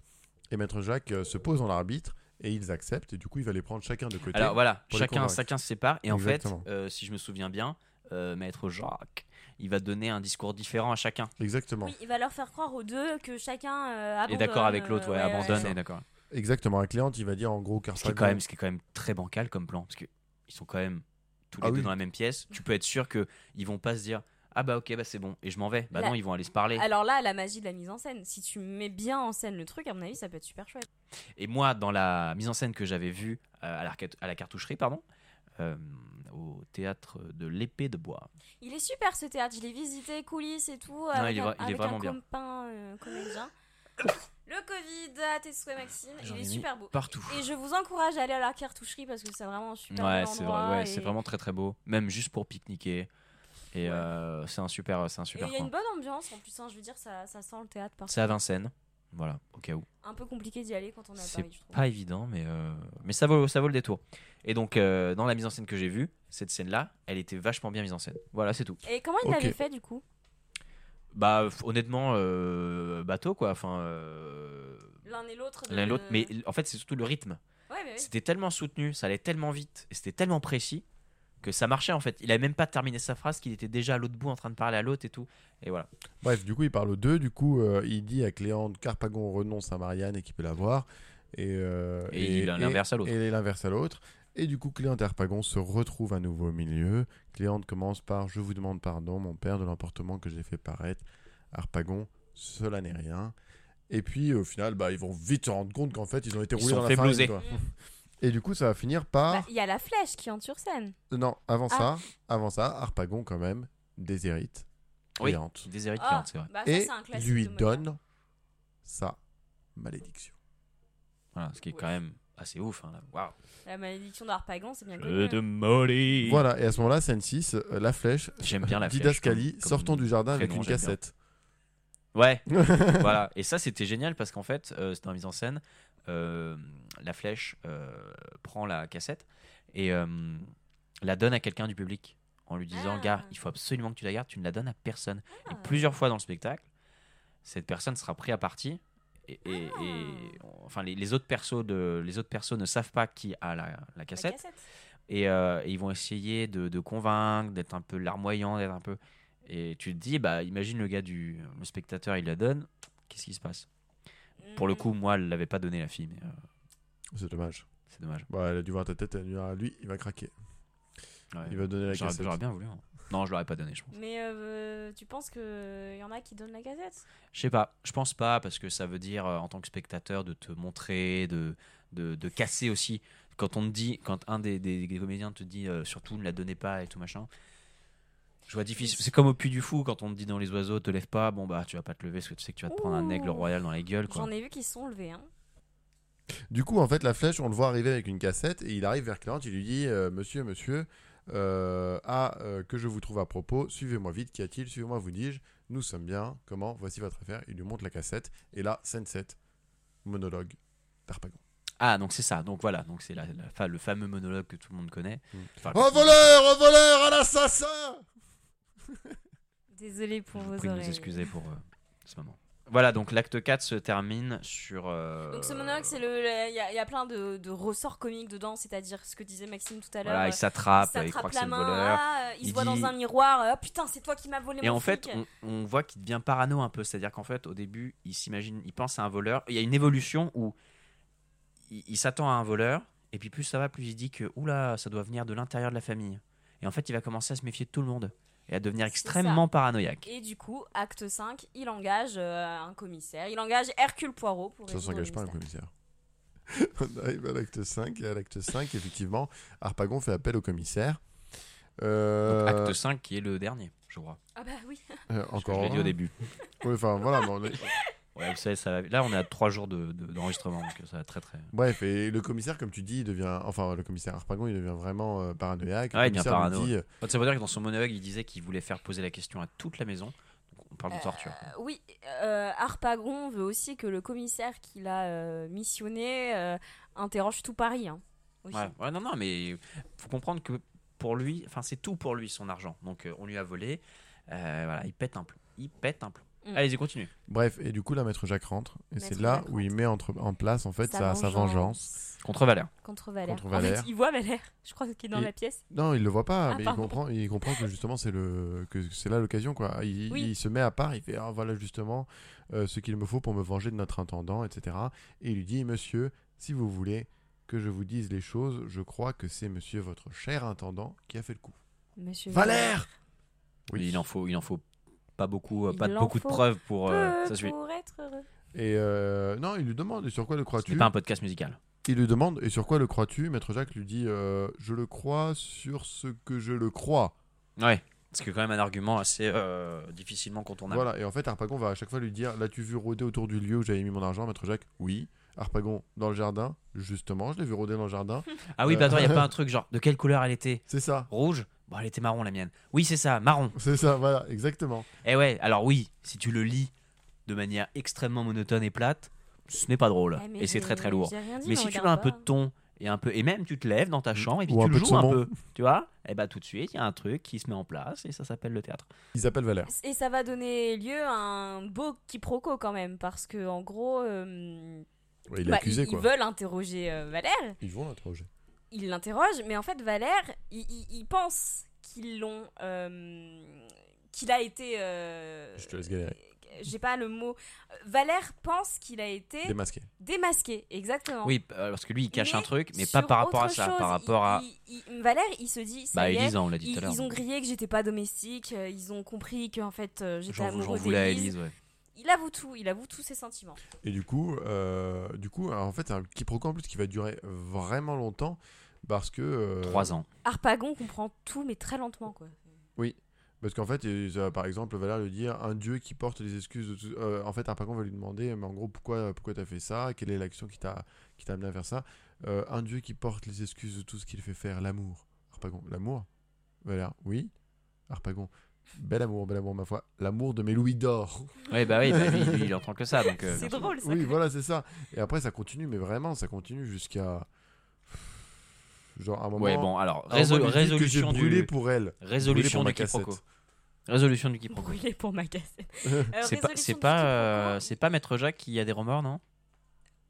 et Maître Jacques euh, se pose en l'arbitre et ils acceptent et du coup il va les prendre chacun de côté.
Alors voilà,
pour les
chacun,
convaincre.
chacun se sépare. Et en
Exactement.
fait, euh, si je me souviens bien, euh, maître Jacques, il va donner un discours différent à chacun.
Exactement.
Oui, il va leur faire croire aux deux que chacun euh,
Et
abandonne.
d'accord avec l'autre,
euh,
ouais, abandonne.
ouais.
et d'accord.
Exactement. À Cléante, il va dire en gros
Ce qui, est
qu'Harpagon.
quand même, ce qui est quand même très bancal comme plan, parce qu'ils sont quand même tous les
Ah
deux
oui.
dans la même pièce. Tu peux être sûr que ils vont pas se dire Ah bah ok, bah c'est bon, et je m'en vais. Bah
La- Ah.
non, ils vont aller se parler.
Alors là, la magie de la mise en scène. Si tu mets bien en scène le truc, à mon avis, ça peut être super chouette.
Et moi, dans la mise en scène que j'avais vue euh, à, l'arcade- à la cartoucherie, pardon, euh, au théâtre de l'épée de bois,
Il est super ce théâtre, je l'ai visité, coulisses et tout.
il
avec
est
un,
vra- il est
avec
vraiment
un
bien.
copain euh, comédien. Le Covid, à tes souhaits, Maxime,
J'en
il
ai
est
mis
super beau.
partout.
Et je vous encourage à aller à la cartoucherie parce que c'est vraiment un super
ouais,
bel
c'est
endroit
vrai, ouais,
et-
c'est vraiment très très beau, même juste pour pique-niquer. Et
Ouais.
euh, c'est un super, c'est un
et
super
il y a
coin.
une bonne ambiance en plus, hein, je veux dire, ça, ça sent le théâtre partout.
C'est à Vincennes, voilà, au cas où.
Un peu compliqué d'y aller quand on est à
C'est
Paris, je trouve.
pas évident, mais, euh, mais ça, vaut, ça vaut le détour. Et donc, euh, dans la mise en scène que j'ai vue, cette scène-là, elle était vachement bien mise en scène. Voilà, c'est tout.
Et comment il
Ok.
l'avait fait du coup
Bah, f- honnêtement, euh, bateau, quoi. Enfin, euh,
L'un et l'autre. de-
l'un et l'autre. Mais il- en fait, c'est surtout le rythme.
Ouais, mais oui.
C'était tellement soutenu, ça allait tellement vite, et c'était tellement précis que ça marchait, en fait. Il avait même pas terminé sa phrase, qu'il était déjà à l'autre bout en train de parler à l'autre et tout. Et voilà.
Bref, du coup, il parle aux deux. Du coup, euh, il dit à Cléante qu'Harpagon renonce à Marianne et qu'il peut la voir. Et, euh,
Et il a l'inverse à l'autre.
Et l'inverse à l'autre. Et du coup, Cléante et Harpagon se retrouvent à nouveau au milieu. Cléante commence par Je vous demande pardon, mon père, de l'emportement que j'ai fait paraître. Harpagon, cela n'est rien. Et puis, au final, bah, ils vont vite se rendre compte qu'en fait, ils ont été
Ils
roulés
sont
dans
fait
la farine,
blouser.
quoi.
Mm.
Et du coup, ça va finir
Hein
par.
Bah, Il y a la flèche qui entre sur scène.
Euh, Non, avant
Ah.
ça, avant ça, Harpagon, quand même, déshérite
Oui.
Cléante.
Déshérite
Ah,
c'est vrai.
bah ça,
Et
c'est un classique
lui
de Molière.
donne sa malédiction.
Voilà, ce qui est quand même assez ouf. Hein, là. Waouh.
La malédiction d'Arpagon, c'est bien connu. hein.
Molly.
Voilà, et à ce moment-là, scène 6, euh, la flèche,
J'aime bien la flèche,
Didascalie,
comme- comme
sortons du jardin avec
prénom,
une
j'aime bien.
cassette.
Ouais, voilà. Et ça, c'était génial parce qu'en fait, euh, c'était en mise en scène. euh, la flèche euh, prend la cassette et euh, la donne à quelqu'un du public en lui disant
Ah.
Gars, il faut absolument que tu la gardes, tu ne la donnes à personne.
Ah.
Et plusieurs fois dans le spectacle, cette personne sera prise à partie. Et, et-
Ah.
et- enfin, les, les autres persos de, les autres persos ne savent pas qui a la, la
La
cassette. Et, euh, et ils vont essayer de, de convaincre, d'être un peu larmoyant, d'être un peu. Et tu te dis, bah, imagine le gars du le spectateur, il la donne, qu'est-ce qui se passe Pour le
Mm.
coup, moi, elle l'avait pas donné la fille, mais euh,
C'est dommage.
c'est dommage.
Bon, elle a dû voir ta tête, elle lui a dit, ah, lui, il va craquer.
Ouais.
Il va donner la
J'aurais
cassette.
j'aurais bien voulu. hein. Non, je l'aurais pas donné, je pense.
Mais euh, tu penses qu'il y en a qui donnent la cassette
Je sais pas, je pense pas, parce que ça veut dire, euh, en tant que spectateur, de te montrer, de, de, de casser aussi. Quand on te dit, quand un des, des- des comédiens te dit, euh, surtout ne la donnez pas et tout machin. Je vois difficile. C'est comme au puits du fou, quand on te dit dans les oiseaux, te lève pas, bon bah tu vas pas te lever parce que tu sais que tu vas te prendre un aigle
Ouh.
royal dans la gueule, quoi.
J'en ai vu qui se sont levés. Hein.
Du coup, en fait, la flèche, on le voit arriver avec une cassette et il arrive vers Clarence, il lui dit euh, Monsieur, monsieur, euh, ah, euh, que je vous trouve à propos, suivez-moi vite, qu'y a-t-il Suivez-moi, vous dis-je, nous sommes bien, comment Voici votre affaire. Il lui montre la cassette et là, scène 7, monologue d'Arpagon.
Ah, donc c'est ça. Donc voilà, donc c'est la- la fa- le fameux monologue que tout le monde connaît. Enfin,
Au voleur, au voleur, à l'assassin
Désolé pour
je vous
vos
prie de
oreilles.
nous excuser pour euh, ce moment. Voilà, donc l'acte 4 se termine sur. euh,
Donc ce monologue, c'est le, le- il y, a- il y a plein de, de ressorts comiques dedans, c'est-à-dire ce que disait Maxime tout à l'heure.
Voilà, il
euh,
s'attrape,
il
il croit que
la
c'est le
main,
voleur.
ah, il,
Il
se voit
dit-
dans un miroir, ah, putain, c'est toi qui m'as volé
Et
mon
en fait,
flic.
on, on voit qu'il devient parano un peu. C'est-à-dire qu'en fait, au début, il s'imagine, il pense à un voleur. Il y a une évolution où il, il s'attend à un voleur, et puis plus ça va, plus il dit que oula, ça doit venir de l'intérieur de la famille. Et en fait, il va commencer à se méfier de tout le monde et à devenir
C'est ça.
extrêmement paranoïaque.
Et du coup, acte 5, il engage euh, un commissaire, il engage Hercule Poirot pour
Ça
résoudre
s'engage
le
pas, un
mystère.
commissaire. On arrive à l'acte 5, et à l'acte 5, effectivement, Harpagon fait appel au commissaire. Euh,
Donc, acte 5 qui est le dernier, je crois.
Ah bah oui.
euh,
Parce que je
encore.
l'ai dit
un.
au début.
Oui, enfin, voilà, bon, on est-
Ouais, vous savez, ça va- Là, on est à trois jours de- de- d'enregistrement, donc ça va très très.
Bref, et le commissaire, comme tu dis, il devient. Enfin, le commissaire Harpagon, il devient vraiment euh, paranoïaque.
Ouais,
le
il devient
commissaire lui
parano,
dit, euh,
Ça veut dire que dans son monologue, il disait qu'il voulait faire poser la question à toute la maison. Donc on parle de
Euh,
torture.
Euh, oui, euh, Harpagon veut aussi que le commissaire qu'il a euh, missionné euh, interroge tout Paris. hein, aussi.
Ouais. Ouais, non, non, mais faut comprendre que pour lui, enfin, c'est tout pour lui son argent. Donc euh, on lui a volé. Euh, voilà, il pète un plomb. Il pète un plomb.
Mm.
Allez-y, continue.
Bref, et du coup, là, Maître Jacques rentre. Et
Maître
c'est là
Jacques
où il met entre- en place, en fait, sa, sa vengeance.
Contre Valère.
Contre Valère.
Contre Valère.
En fait, il voit Valère, je crois, qui est dans
Et-
la pièce.
Non, il le voit pas,
Ah,
mais il
pardon.
comprend, il comprend que justement, c'est le que c'est là l'occasion, quoi. Il,
Oui.
il se met à part, il fait Ah, voilà justement euh, ce qu'il me faut pour me venger de notre intendant, etc. Et il lui dit Monsieur, si vous voulez que je vous dise les choses, je crois que c'est monsieur, votre cher intendant, qui a fait le coup.
Monsieur
Valère
Oui. Il en faut, il en faut pas beaucoup, euh,
Il
pas de-
en
beaucoup de
faut
preuves pour. euh,
Peu
ça suit.
pour être heureux.
Et euh, non, il lui demande Et sur quoi le
Ce n'est
crois-tu
pas un podcast musical.
Il lui demande Et sur quoi le crois-tu Maître Jacques lui dit euh, Je le crois sur ce que je le crois.
Ouais. Ce qui est quand même un argument assez euh, difficilement contournable.
Voilà, et en fait, Harpagon va à chaque fois lui dire L'as-tu vu rôder autour du lieu où j'avais mis mon argent, Maître Jacques Oui. Harpagon, dans le jardin Justement, je l'ai vu rôder dans le jardin.
Ah oui,
Euh.
bah attends, il a pas un truc genre de quelle couleur elle était
C'est ça,
Rouge Bon, elle était marron la mienne. Oui, c'est ça, marron.
c'est ça, voilà, exactement.
Eh ouais, alors oui, si tu le lis de manière extrêmement monotone et plate, ce n'est pas drôle
Eh, mais
et c'est
j'ai-
très très lourd.
j'ai rien dit,
Mais
me
si tu
regarde
as un
pas.
peu
hein.
de ton et un peu et même tu te lèves dans ta chambre et puis
Ou un
tu le
peu de
joues un
saumon.
peu, tu vois Eh bah tout de suite, il y a un truc qui se met en place et ça s'appelle le théâtre.
Ils appellent Valère.
Et ça va donner lieu à un beau quiproquo quand même, parce que en gros, euh,
Ouais, il est
bah,
accusé,
ils, ils
quoi.
veulent interroger euh, Valère.
Ils vont l'interroger.
Ils l'interrogent, mais en fait, Valère, il, il- il pense qu'ils l'ont, euh, qu'il a été. euh,
Je te laisse galérer.
J'ai pas le mot. Valère pense qu'il a été
Démasqué.
démasqué, exactement.
Oui, p- euh, parce que lui il cache
Mais
un truc, mais pas
sur
par rapport à
autre
ça,
chose,
par rapport à
il- il- il- Valère, il se dit. Ça
bah
y est,
Elise, hein, on l'a dit
Ils,
tout à l'heure.
ils ont grillé que j'étais pas domestique, euh, ils ont compris que en fait euh, j'étais
J'en j'en
amoureux
voulais à
d'Élise.
Elise, ouais.
Il avoue tout, il avoue tous ses sentiments.
Et du coup, euh, du coup, alors, en fait, c'est un quiproquo en plus qui va durer vraiment longtemps parce que. euh,
Trois ans. Euh,
Harpagon comprend tout mais très lentement quoi.
Parce qu'en fait, il- ça va, par exemple, Valère lui dire un dieu qui porte les excuses de tout. euh, en fait, Harpagon va lui demander, mais en gros, pourquoi, euh, pourquoi t'as fait ça Quelle est l'action qui t'a qui t'a amené à faire ça Euh, Un dieu qui porte les excuses de tout ce qu'il fait faire, l'amour. Harpagon, l'amour Valère, oui. Harpagon, bel amour, bel amour, ma foi. L'amour de mes louis d'or.
Oui, bah oui, bah, lui, lui, il entend que ça. Donc, euh, bien
C'est
sûr.
drôle ça.
Oui, voilà, c'est ça. Et après, ça continue, mais vraiment, ça continue jusqu'à. Genre, un moment.
Ouais, bon, alors,
un moment,
résol-
il dit que j'ai
résolution
brûlé
du,
pour elle. brûlé
résolution
pour ma
du quiproquo.
cassette.
Résolution du quiproquo.
Brûlé pour ma cassette. Euh,
C'est pas,
résolution
c'est
du
pas,
quiproquo.
euh, c'est pas Maître Jacques qui a des remords, non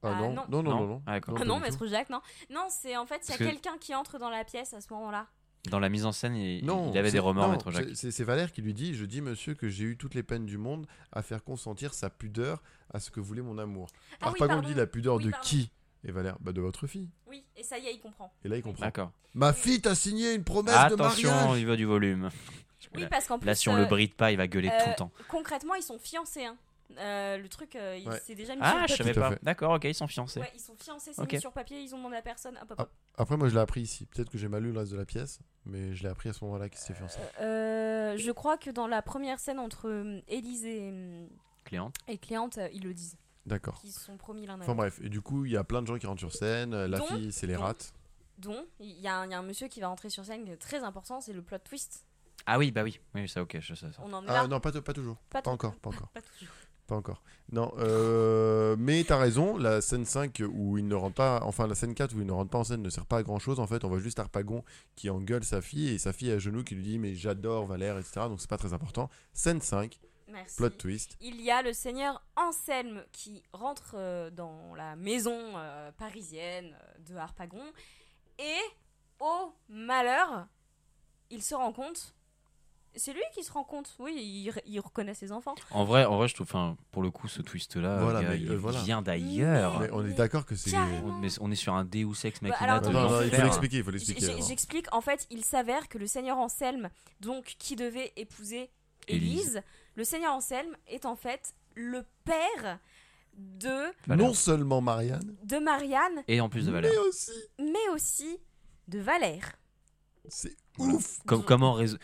Ah,
Ah,
non,
non.
non, non,
Non.
non. non.
Ah, d'accord.
Ah
pas
non,
du tout.
Maître Jacques, non. Non, c'est en fait, il y a
Parce que-
quelqu'un qui entre dans la pièce à ce moment-là. Ah
Dans la mise en scène, il,
Non,
il avait
c'est-
des remords,
non,
Maître Jacques.
c'est- C'est c'est Valère qui lui dit Je dis, monsieur, que j'ai eu toutes les peines du monde à faire consentir sa pudeur à ce que voulait mon amour.
Ah oui,
Harpagon
pardon.
dit La pudeur
Oui,
de
pardon.
qui Et Valère Bah, de votre fille.
Oui, et ça y est, il comprend.
Et là, il comprend.
D'accord.
Ma fille t'a signé une promesse de
Attention,
mariage
il veut du volume.
Oui,
Là-
parce qu'en plus,
Là, si on le
euh,
bride pas, il va gueuler
euh,
tout le temps.
concrètement, ils sont fiancés. hein. Euh, le truc, euh, il
Ouais.
s'est déjà mis
Ah, je
sur
savais
papier.
Tout à
pas.
fait.
D'accord, ok, ils sont fiancés.
Ouais, ils sont fiancés, c'est
Ok.
mis sur papier, ils ont demandé à personne. Hop, hop,
Ah.
hop.
Après, moi, je l'ai appris ici. Peut-être que j'ai mal lu le reste de la pièce, mais je l'ai appris à ce moment-là qu'il s'est fiancé.
Ah.
Euh, je crois que dans la première scène entre euh, Élise et, euh,
Cléante.
et Cléante, euh, ils le disent.
D'accord.
Qu'ils se sont promis l'un à
Enfin
l'autre.
bref, et du coup, il y a plein de gens qui rentrent sur scène. La
Donc-
fille, c'est les
donc-
rats.
Dont, il y, a un- il y a un monsieur qui va rentrer sur scène, qui est très important, c'est le plot twist.
Ah oui, bah oui. Oui, ça, ok, je sais ça.
On en est
Ah
là.
non, pas, t- pas toujours.
Pas
Pas
tout-
encore, pas encore.
Pas toujours.
Pas encore. Non, euh, mais t'as raison, la scène 5 où il ne rentre pas, enfin la scène 4 où il ne rentre pas en scène ne sert pas à grand chose en fait. On voit juste Harpagon qui engueule sa fille et sa fille à genoux qui lui dit mais j'adore Valère, etc. Donc c'est pas très important. Scène 5,
Merci.
plot twist.
Il y a le seigneur Anselme qui rentre euh, dans la maison euh, parisienne euh, de Harpagon et au malheur, il se rend compte. C'est lui qui se rend compte. Oui, il, re- il reconnaît ses enfants.
En vrai, en vrai, je trouve, enfin, pour le coup, ce twist-là,
Voilà,
le gars,
mais,
il
euh, voilà.
vient d'ailleurs.
Mais on est d'accord que c'est.
Carrément.
On, mais on est sur un Deus Ex
Bah,
Machina.
alors,
de
Attends, non, non, il faut
l'enfer.
l'expliquer, il faut
J-
l'expliquer.
j-
avant.
J'explique. En fait, il s'avère que le seigneur Anselme, donc qui devait épouser
Élise.
Élise, le seigneur Anselme est en fait le père de,
Valère.
Non seulement Marianne,
de Marianne,
Et en plus de Valère.
mais aussi.
mais aussi de Valère.
C'est
Voilà.
ouf.
Com- comment, rés-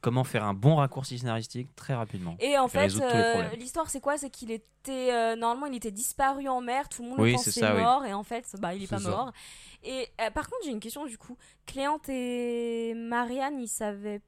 comment faire un bon raccourci scénaristique très rapidement
Et en
Il fallait
fait,
résoudre tous les
euh,
problèmes.
l'histoire c'est quoi C'est qu'il était euh, normalement il était disparu en mer, tout le monde
Oui,
le
c'est
pensait
ça, oui.
mort et en fait bah il est,
C'est
pas
ça.
mort. Et euh, par contre j'ai une question du coup, Cléante et Marianne ils savaient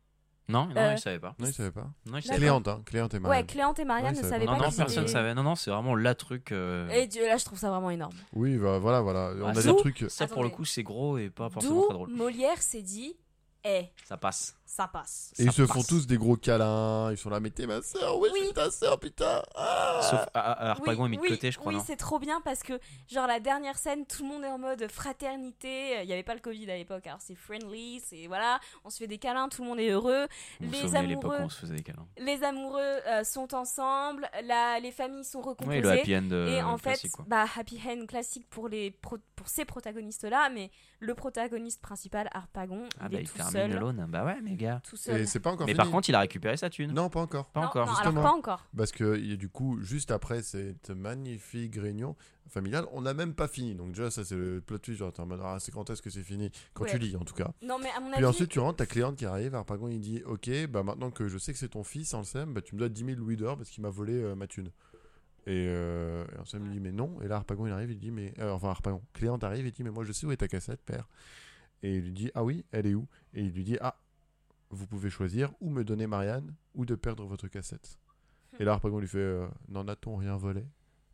Non, non,
Euh,
il savait pas.
Non, il savait pas.
Non, il savait pas.
Cléante, hein, Cléante et Marianne.
ouais Cléante et Marianne
Ouais, ils
ne
savaient
savaient
pas.
pas.
Non, non,
qu'ils
personne ne
étaient-
savait. Non, non, c'est vraiment la truc. euh,
Et Dieu, là je trouve ça vraiment énorme.
Oui, bah, voilà, voilà. On a des
d'où-
trucs.
Ça, pour
Attendez.
le coup, c'est gros et pas forcément
D'où
très drôle.
Molière s'est dit, eh
Ça passe.
ça passe.
Et ils
Ça
se font
passe.
tous des gros câlins. Ils sont là, mais t'es ma soeur, oui, je
Oui.
suis ta soeur, putain. Ah
Sauf ah, ah, Harpagon est mis de
oui,
côté, je crois.
Oui,
non
c'est trop bien parce que, genre, la dernière scène, tout le monde est en mode fraternité. Il n'y avait pas le Covid à l'époque, alors c'est friendly, c'est voilà, on se fait des câlins, tout le monde est heureux.
Vous vous
les
souvenez à l'époque où
amoureux-
on se faisait des câlins
Les amoureux euh, sont ensemble, la, les familles sont
Oui,
recomposées.
le happy end. euh,
et en fait,
classique, quoi.
bah, happy end classique pour, les pro- pour ces protagonistes-là, mais le protagoniste principal, Harpagon,
Ah,
il
bah,
est
il
tout
termine
seul.
alone. Bah ouais, mes gars.
Tout
Et
seul.
c'est pas encore
Mais
fini.
par contre, il a récupéré sa thune.
Non, pas encore.
Pas
Non,
encore.
non, alors
justement.
pas encore.
Parce que il y a du coup, juste après cette magnifique réunion familiale, on n'a même pas fini. Donc déjà, ça c'est le plot twist. Genre, t'es en mode, ah, c'est quand est-ce que c'est fini Quand tu
Ouais.
lis, en tout cas.
Non, mais à mon
Puis
avis,
ensuite, tu rentres, ta cliente qui arrive, Harpagon, il dit, ok, bah maintenant que je sais que c'est ton fils, Anselme, bah, tu me dois 10 000 louis d'or parce qu'il m'a volé euh, ma thune. Et, euh, et Anselme lui dit, mais non. Et là, Harpagon, il arrive, il dit, mais... euh, enfin, Harpagon, cliente arrive, il dit, mais moi, je sais où est ta cassette, père. Et il lui dit, ah oui, elle est où Et il lui dit, ah, vous pouvez choisir ou me donner Marianne ou de perdre votre cassette. Et là, Harpagon lui fait, euh, n'en a-t-on rien volé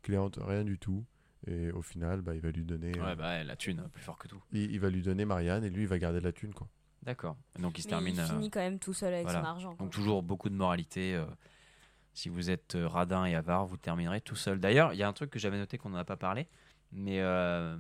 Cliente, rien du tout. Et au final, bah, il va lui donner... euh,
Ouais, bah ouais, la thune, plus fort que tout.
il, il va lui donner Marianne et lui, il va garder la thune, quoi.
D'accord. Donc, il se
mais
termine.
il
euh,
finit quand même tout seul avec
voilà.
son argent. quoi.
Donc toujours beaucoup de moralité. euh, si vous êtes euh, radin et avare, vous terminerez tout seul. D'ailleurs, il y a un truc que j'avais noté qu'on n'en a pas parlé, mais euh,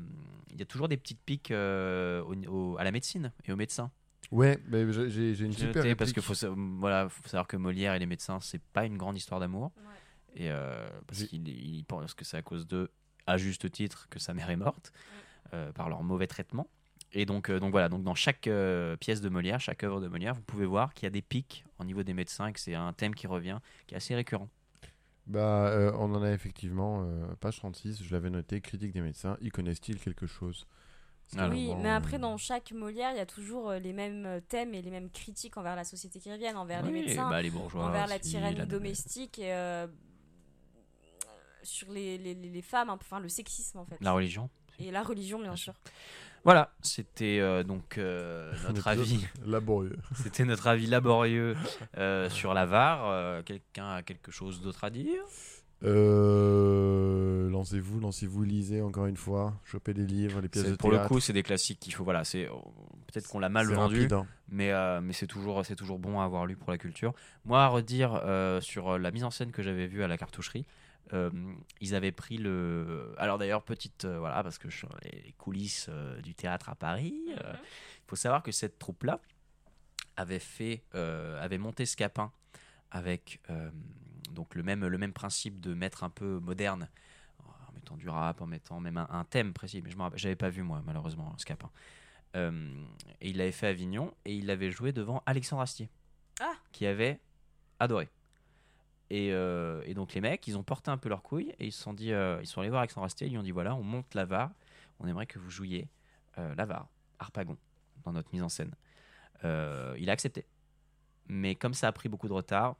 il y a toujours des petites piques euh, au- au- à la médecine et aux médecins.
Ouais, mais j'ai- j'ai j'ai une
J'ai
super
noté parce
réplique.
que faut, sa- voilà, faut savoir que Molière et les médecins, c'est pas une grande histoire d'amour.
Ouais.
Et euh, parce
J'ai-
qu'il il pense que c'est à cause de, à juste titre, que sa mère est morte euh, par leur mauvais traitement. Et donc, euh, donc voilà, donc dans chaque euh, pièce de Molière, chaque œuvre de Molière, vous pouvez voir qu'il y a des pics au niveau des médecins et que c'est un thème qui revient, qui est assez récurrent.
Bah, euh, on en a effectivement, euh, page 36, je l'avais noté, critique des médecins, y connaissent-ils quelque chose Parce que
oui,
bon,
mais après, dans chaque Molière, il y a toujours euh, les mêmes euh, thèmes et les mêmes critiques envers la société qui reviennent, envers les
Oui,
médecins,
bah, les bourgeois,
envers la
si,
tyrannie
la-
domestique et euh, sur les, les, les- les femmes, un peu- enfin le sexisme en fait.
La religion.
et la religion, bien sûr.
Voilà, c'était euh, donc euh,
un
notre
épisode
avis.
laborieux.
C'était notre avis laborieux euh, sur la VAR. Euh, Quelqu'un a quelque chose d'autre à dire
Euh, lancez-vous, lancez-vous, lisez encore une fois, chopez des livres, les pièces
C'est-
de
Pour le
théâtre.
coup, c'est des classiques qu'il faut. Voilà, c'est euh, peut-être qu'on l'a mal
c'est
vendu,
rapide, hein.
mais euh, mais c'est toujours c'est toujours bon à avoir lu pour la culture. Moi, à redire euh, sur euh, la mise en scène que j'avais vue à la cartoucherie. euh, ils avaient pris le. Alors d'ailleurs petite euh, voilà parce que je- les coulisses euh, du théâtre à Paris. euh, faut savoir que cette troupe-là avait fait, euh, avait monté Scapin avec euh, donc le même, le même principe de mettre un peu moderne, en mettant du rap, en mettant même un, un thème précis. Mais je me rappelle- j'avais pas vu moi malheureusement Scapin. Euh, et il l'avait fait à Avignon et il l'avait joué devant Alexandre Astier,
Ah.
qui avait adoré. Et, euh, et donc les mecs, ils ont porté un peu leurs couilles et ils se sont dit, euh, ils sont allés voir Alexandre Astier, ils lui ont dit voilà, on monte la VAR, on aimerait que vous jouiez euh, la VAR, Harpagon, dans notre mise en scène. Euh, il a accepté. Mais comme ça a pris beaucoup de retard,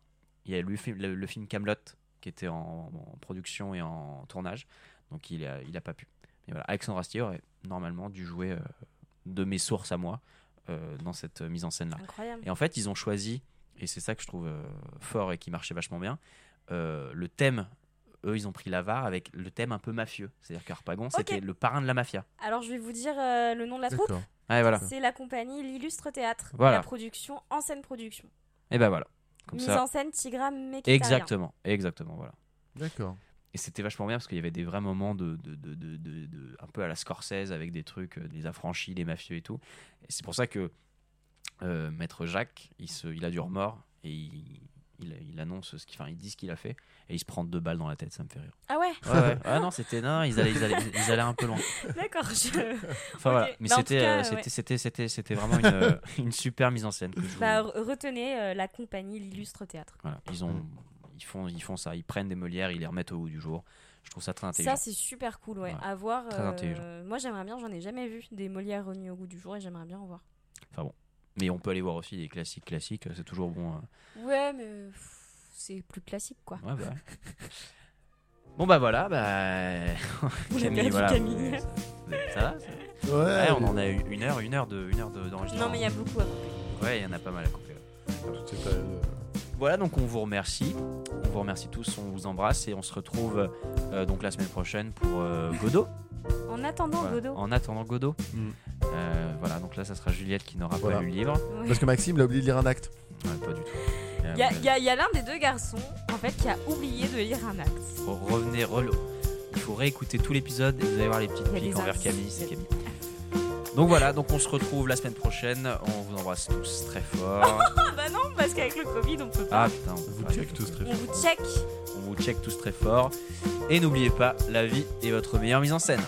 il y a eu le, film- le- le film Camelot qui était en, en production et en tournage, donc il a, il a pas pu. Mais voilà, Alexandre Astier aurait normalement dû jouer euh, de mes sources à moi euh, dans cette euh, mise en scène là.
Incroyable.
Et en fait, ils ont choisi, et c'est ça que je trouve euh, fort et qui marchait vachement bien, euh, le thème. Eux, ils ont pris l'avare avec le thème un peu mafieux. C'est-à-dire qu'Arpagon, c'était le parrain de la mafia.
Alors je vais vous dire euh, le nom de la troupe.
D'accord.
Ouais, voilà.
C'est la compagnie L'Illustre Théâtre.
Voilà.
La production, en scène production.
Et ben voilà. Comme
Mise
ça.
en scène Tigra Mekhitaryan.
Exactement. Exactement, voilà.
D'accord.
Et c'était vachement bien parce qu'il y avait des vrais moments de, de, de, de- de- de- un peu à la Scorsese avec des trucs, euh, des affranchis, des mafieux et tout. Et c'est pour ça que euh, Maître Jacques, il, se, il a du remords et il, il, il annonce ce qu'il, enfin, il dit ce qu'il a fait et il se prend deux balles dans la tête, ça me fait rire.
Ah ouais,
Ouais, ouais. Ah non, c'était non, ils allaient, ils allaient, ils allaient un peu loin.
d'accord. je-
Enfin
Ok.
voilà, mais
Bah, en tout
c'était,
cas,
euh,
ouais.
c'était, c'était, c'était, c'était vraiment une, euh, une super mise en scène. que je vous-
Bah, re- retenez euh, la compagnie L'Illustre Théâtre.
voilà, ils ont, ils font, ils font ça, ils prennent des Molières, ils les remettent au goût du jour. Je trouve ça très intelligent.
Ça, c'est super cool, ouais.
Ouais.
À voir.
Très
euh,
intelligent.
Moi, j'aimerais bien, j'en ai jamais vu des Molières remis au goût du jour et j'aimerais bien en voir.
Mais on peut aller voir aussi des classiques classiques, c'est toujours bon. hein.
Ouais, mais c'est plus classique, quoi.
Ouais, bah. bon bah voilà, bah...
Vous l'avez perdu, Camille.
vous- vous êtes- Ça va ça
Ouais,
Ouais, on en a eu une heure, une heure de, une heure de- d'enregistrement.
Non, mais il y a beaucoup hein. à couper.
Ouais, il y en a pas mal à couper. ouais.
Toutes ces périodes.
Voilà, donc on vous remercie, on vous remercie tous, on vous embrasse et on se retrouve euh, donc la semaine prochaine pour euh, Godot.
En attendant,
Voilà.
Godot.
En attendant Godot.
Mm.
Euh, voilà, donc là, ça sera Juliette qui n'aura
Voilà.
pas lu le livre.
Ouais.
Parce que Maxime il a oublié de lire un acte.
Ouais, pas du tout. Euh,
Il y a,
voilà.
il y a- il y a l'un des deux garçons, en fait, qui a oublié de lire un acte.
Re- Revenez, relo. Il faut réécouter tout l'épisode et vous allez voir les petites
Il y a
piques
des
envers
indices.
Camille. c'est Camille. Donc voilà, donc on se retrouve la semaine prochaine. On vous embrasse tous très fort.
Ah bah non, parce qu'avec le Covid, on peut pas.
Ah putain, on
Vous
ouais,
check tous très
On vous check.
on vous check tous très fort. Et n'oubliez pas, la vie est votre meilleure mise en scène.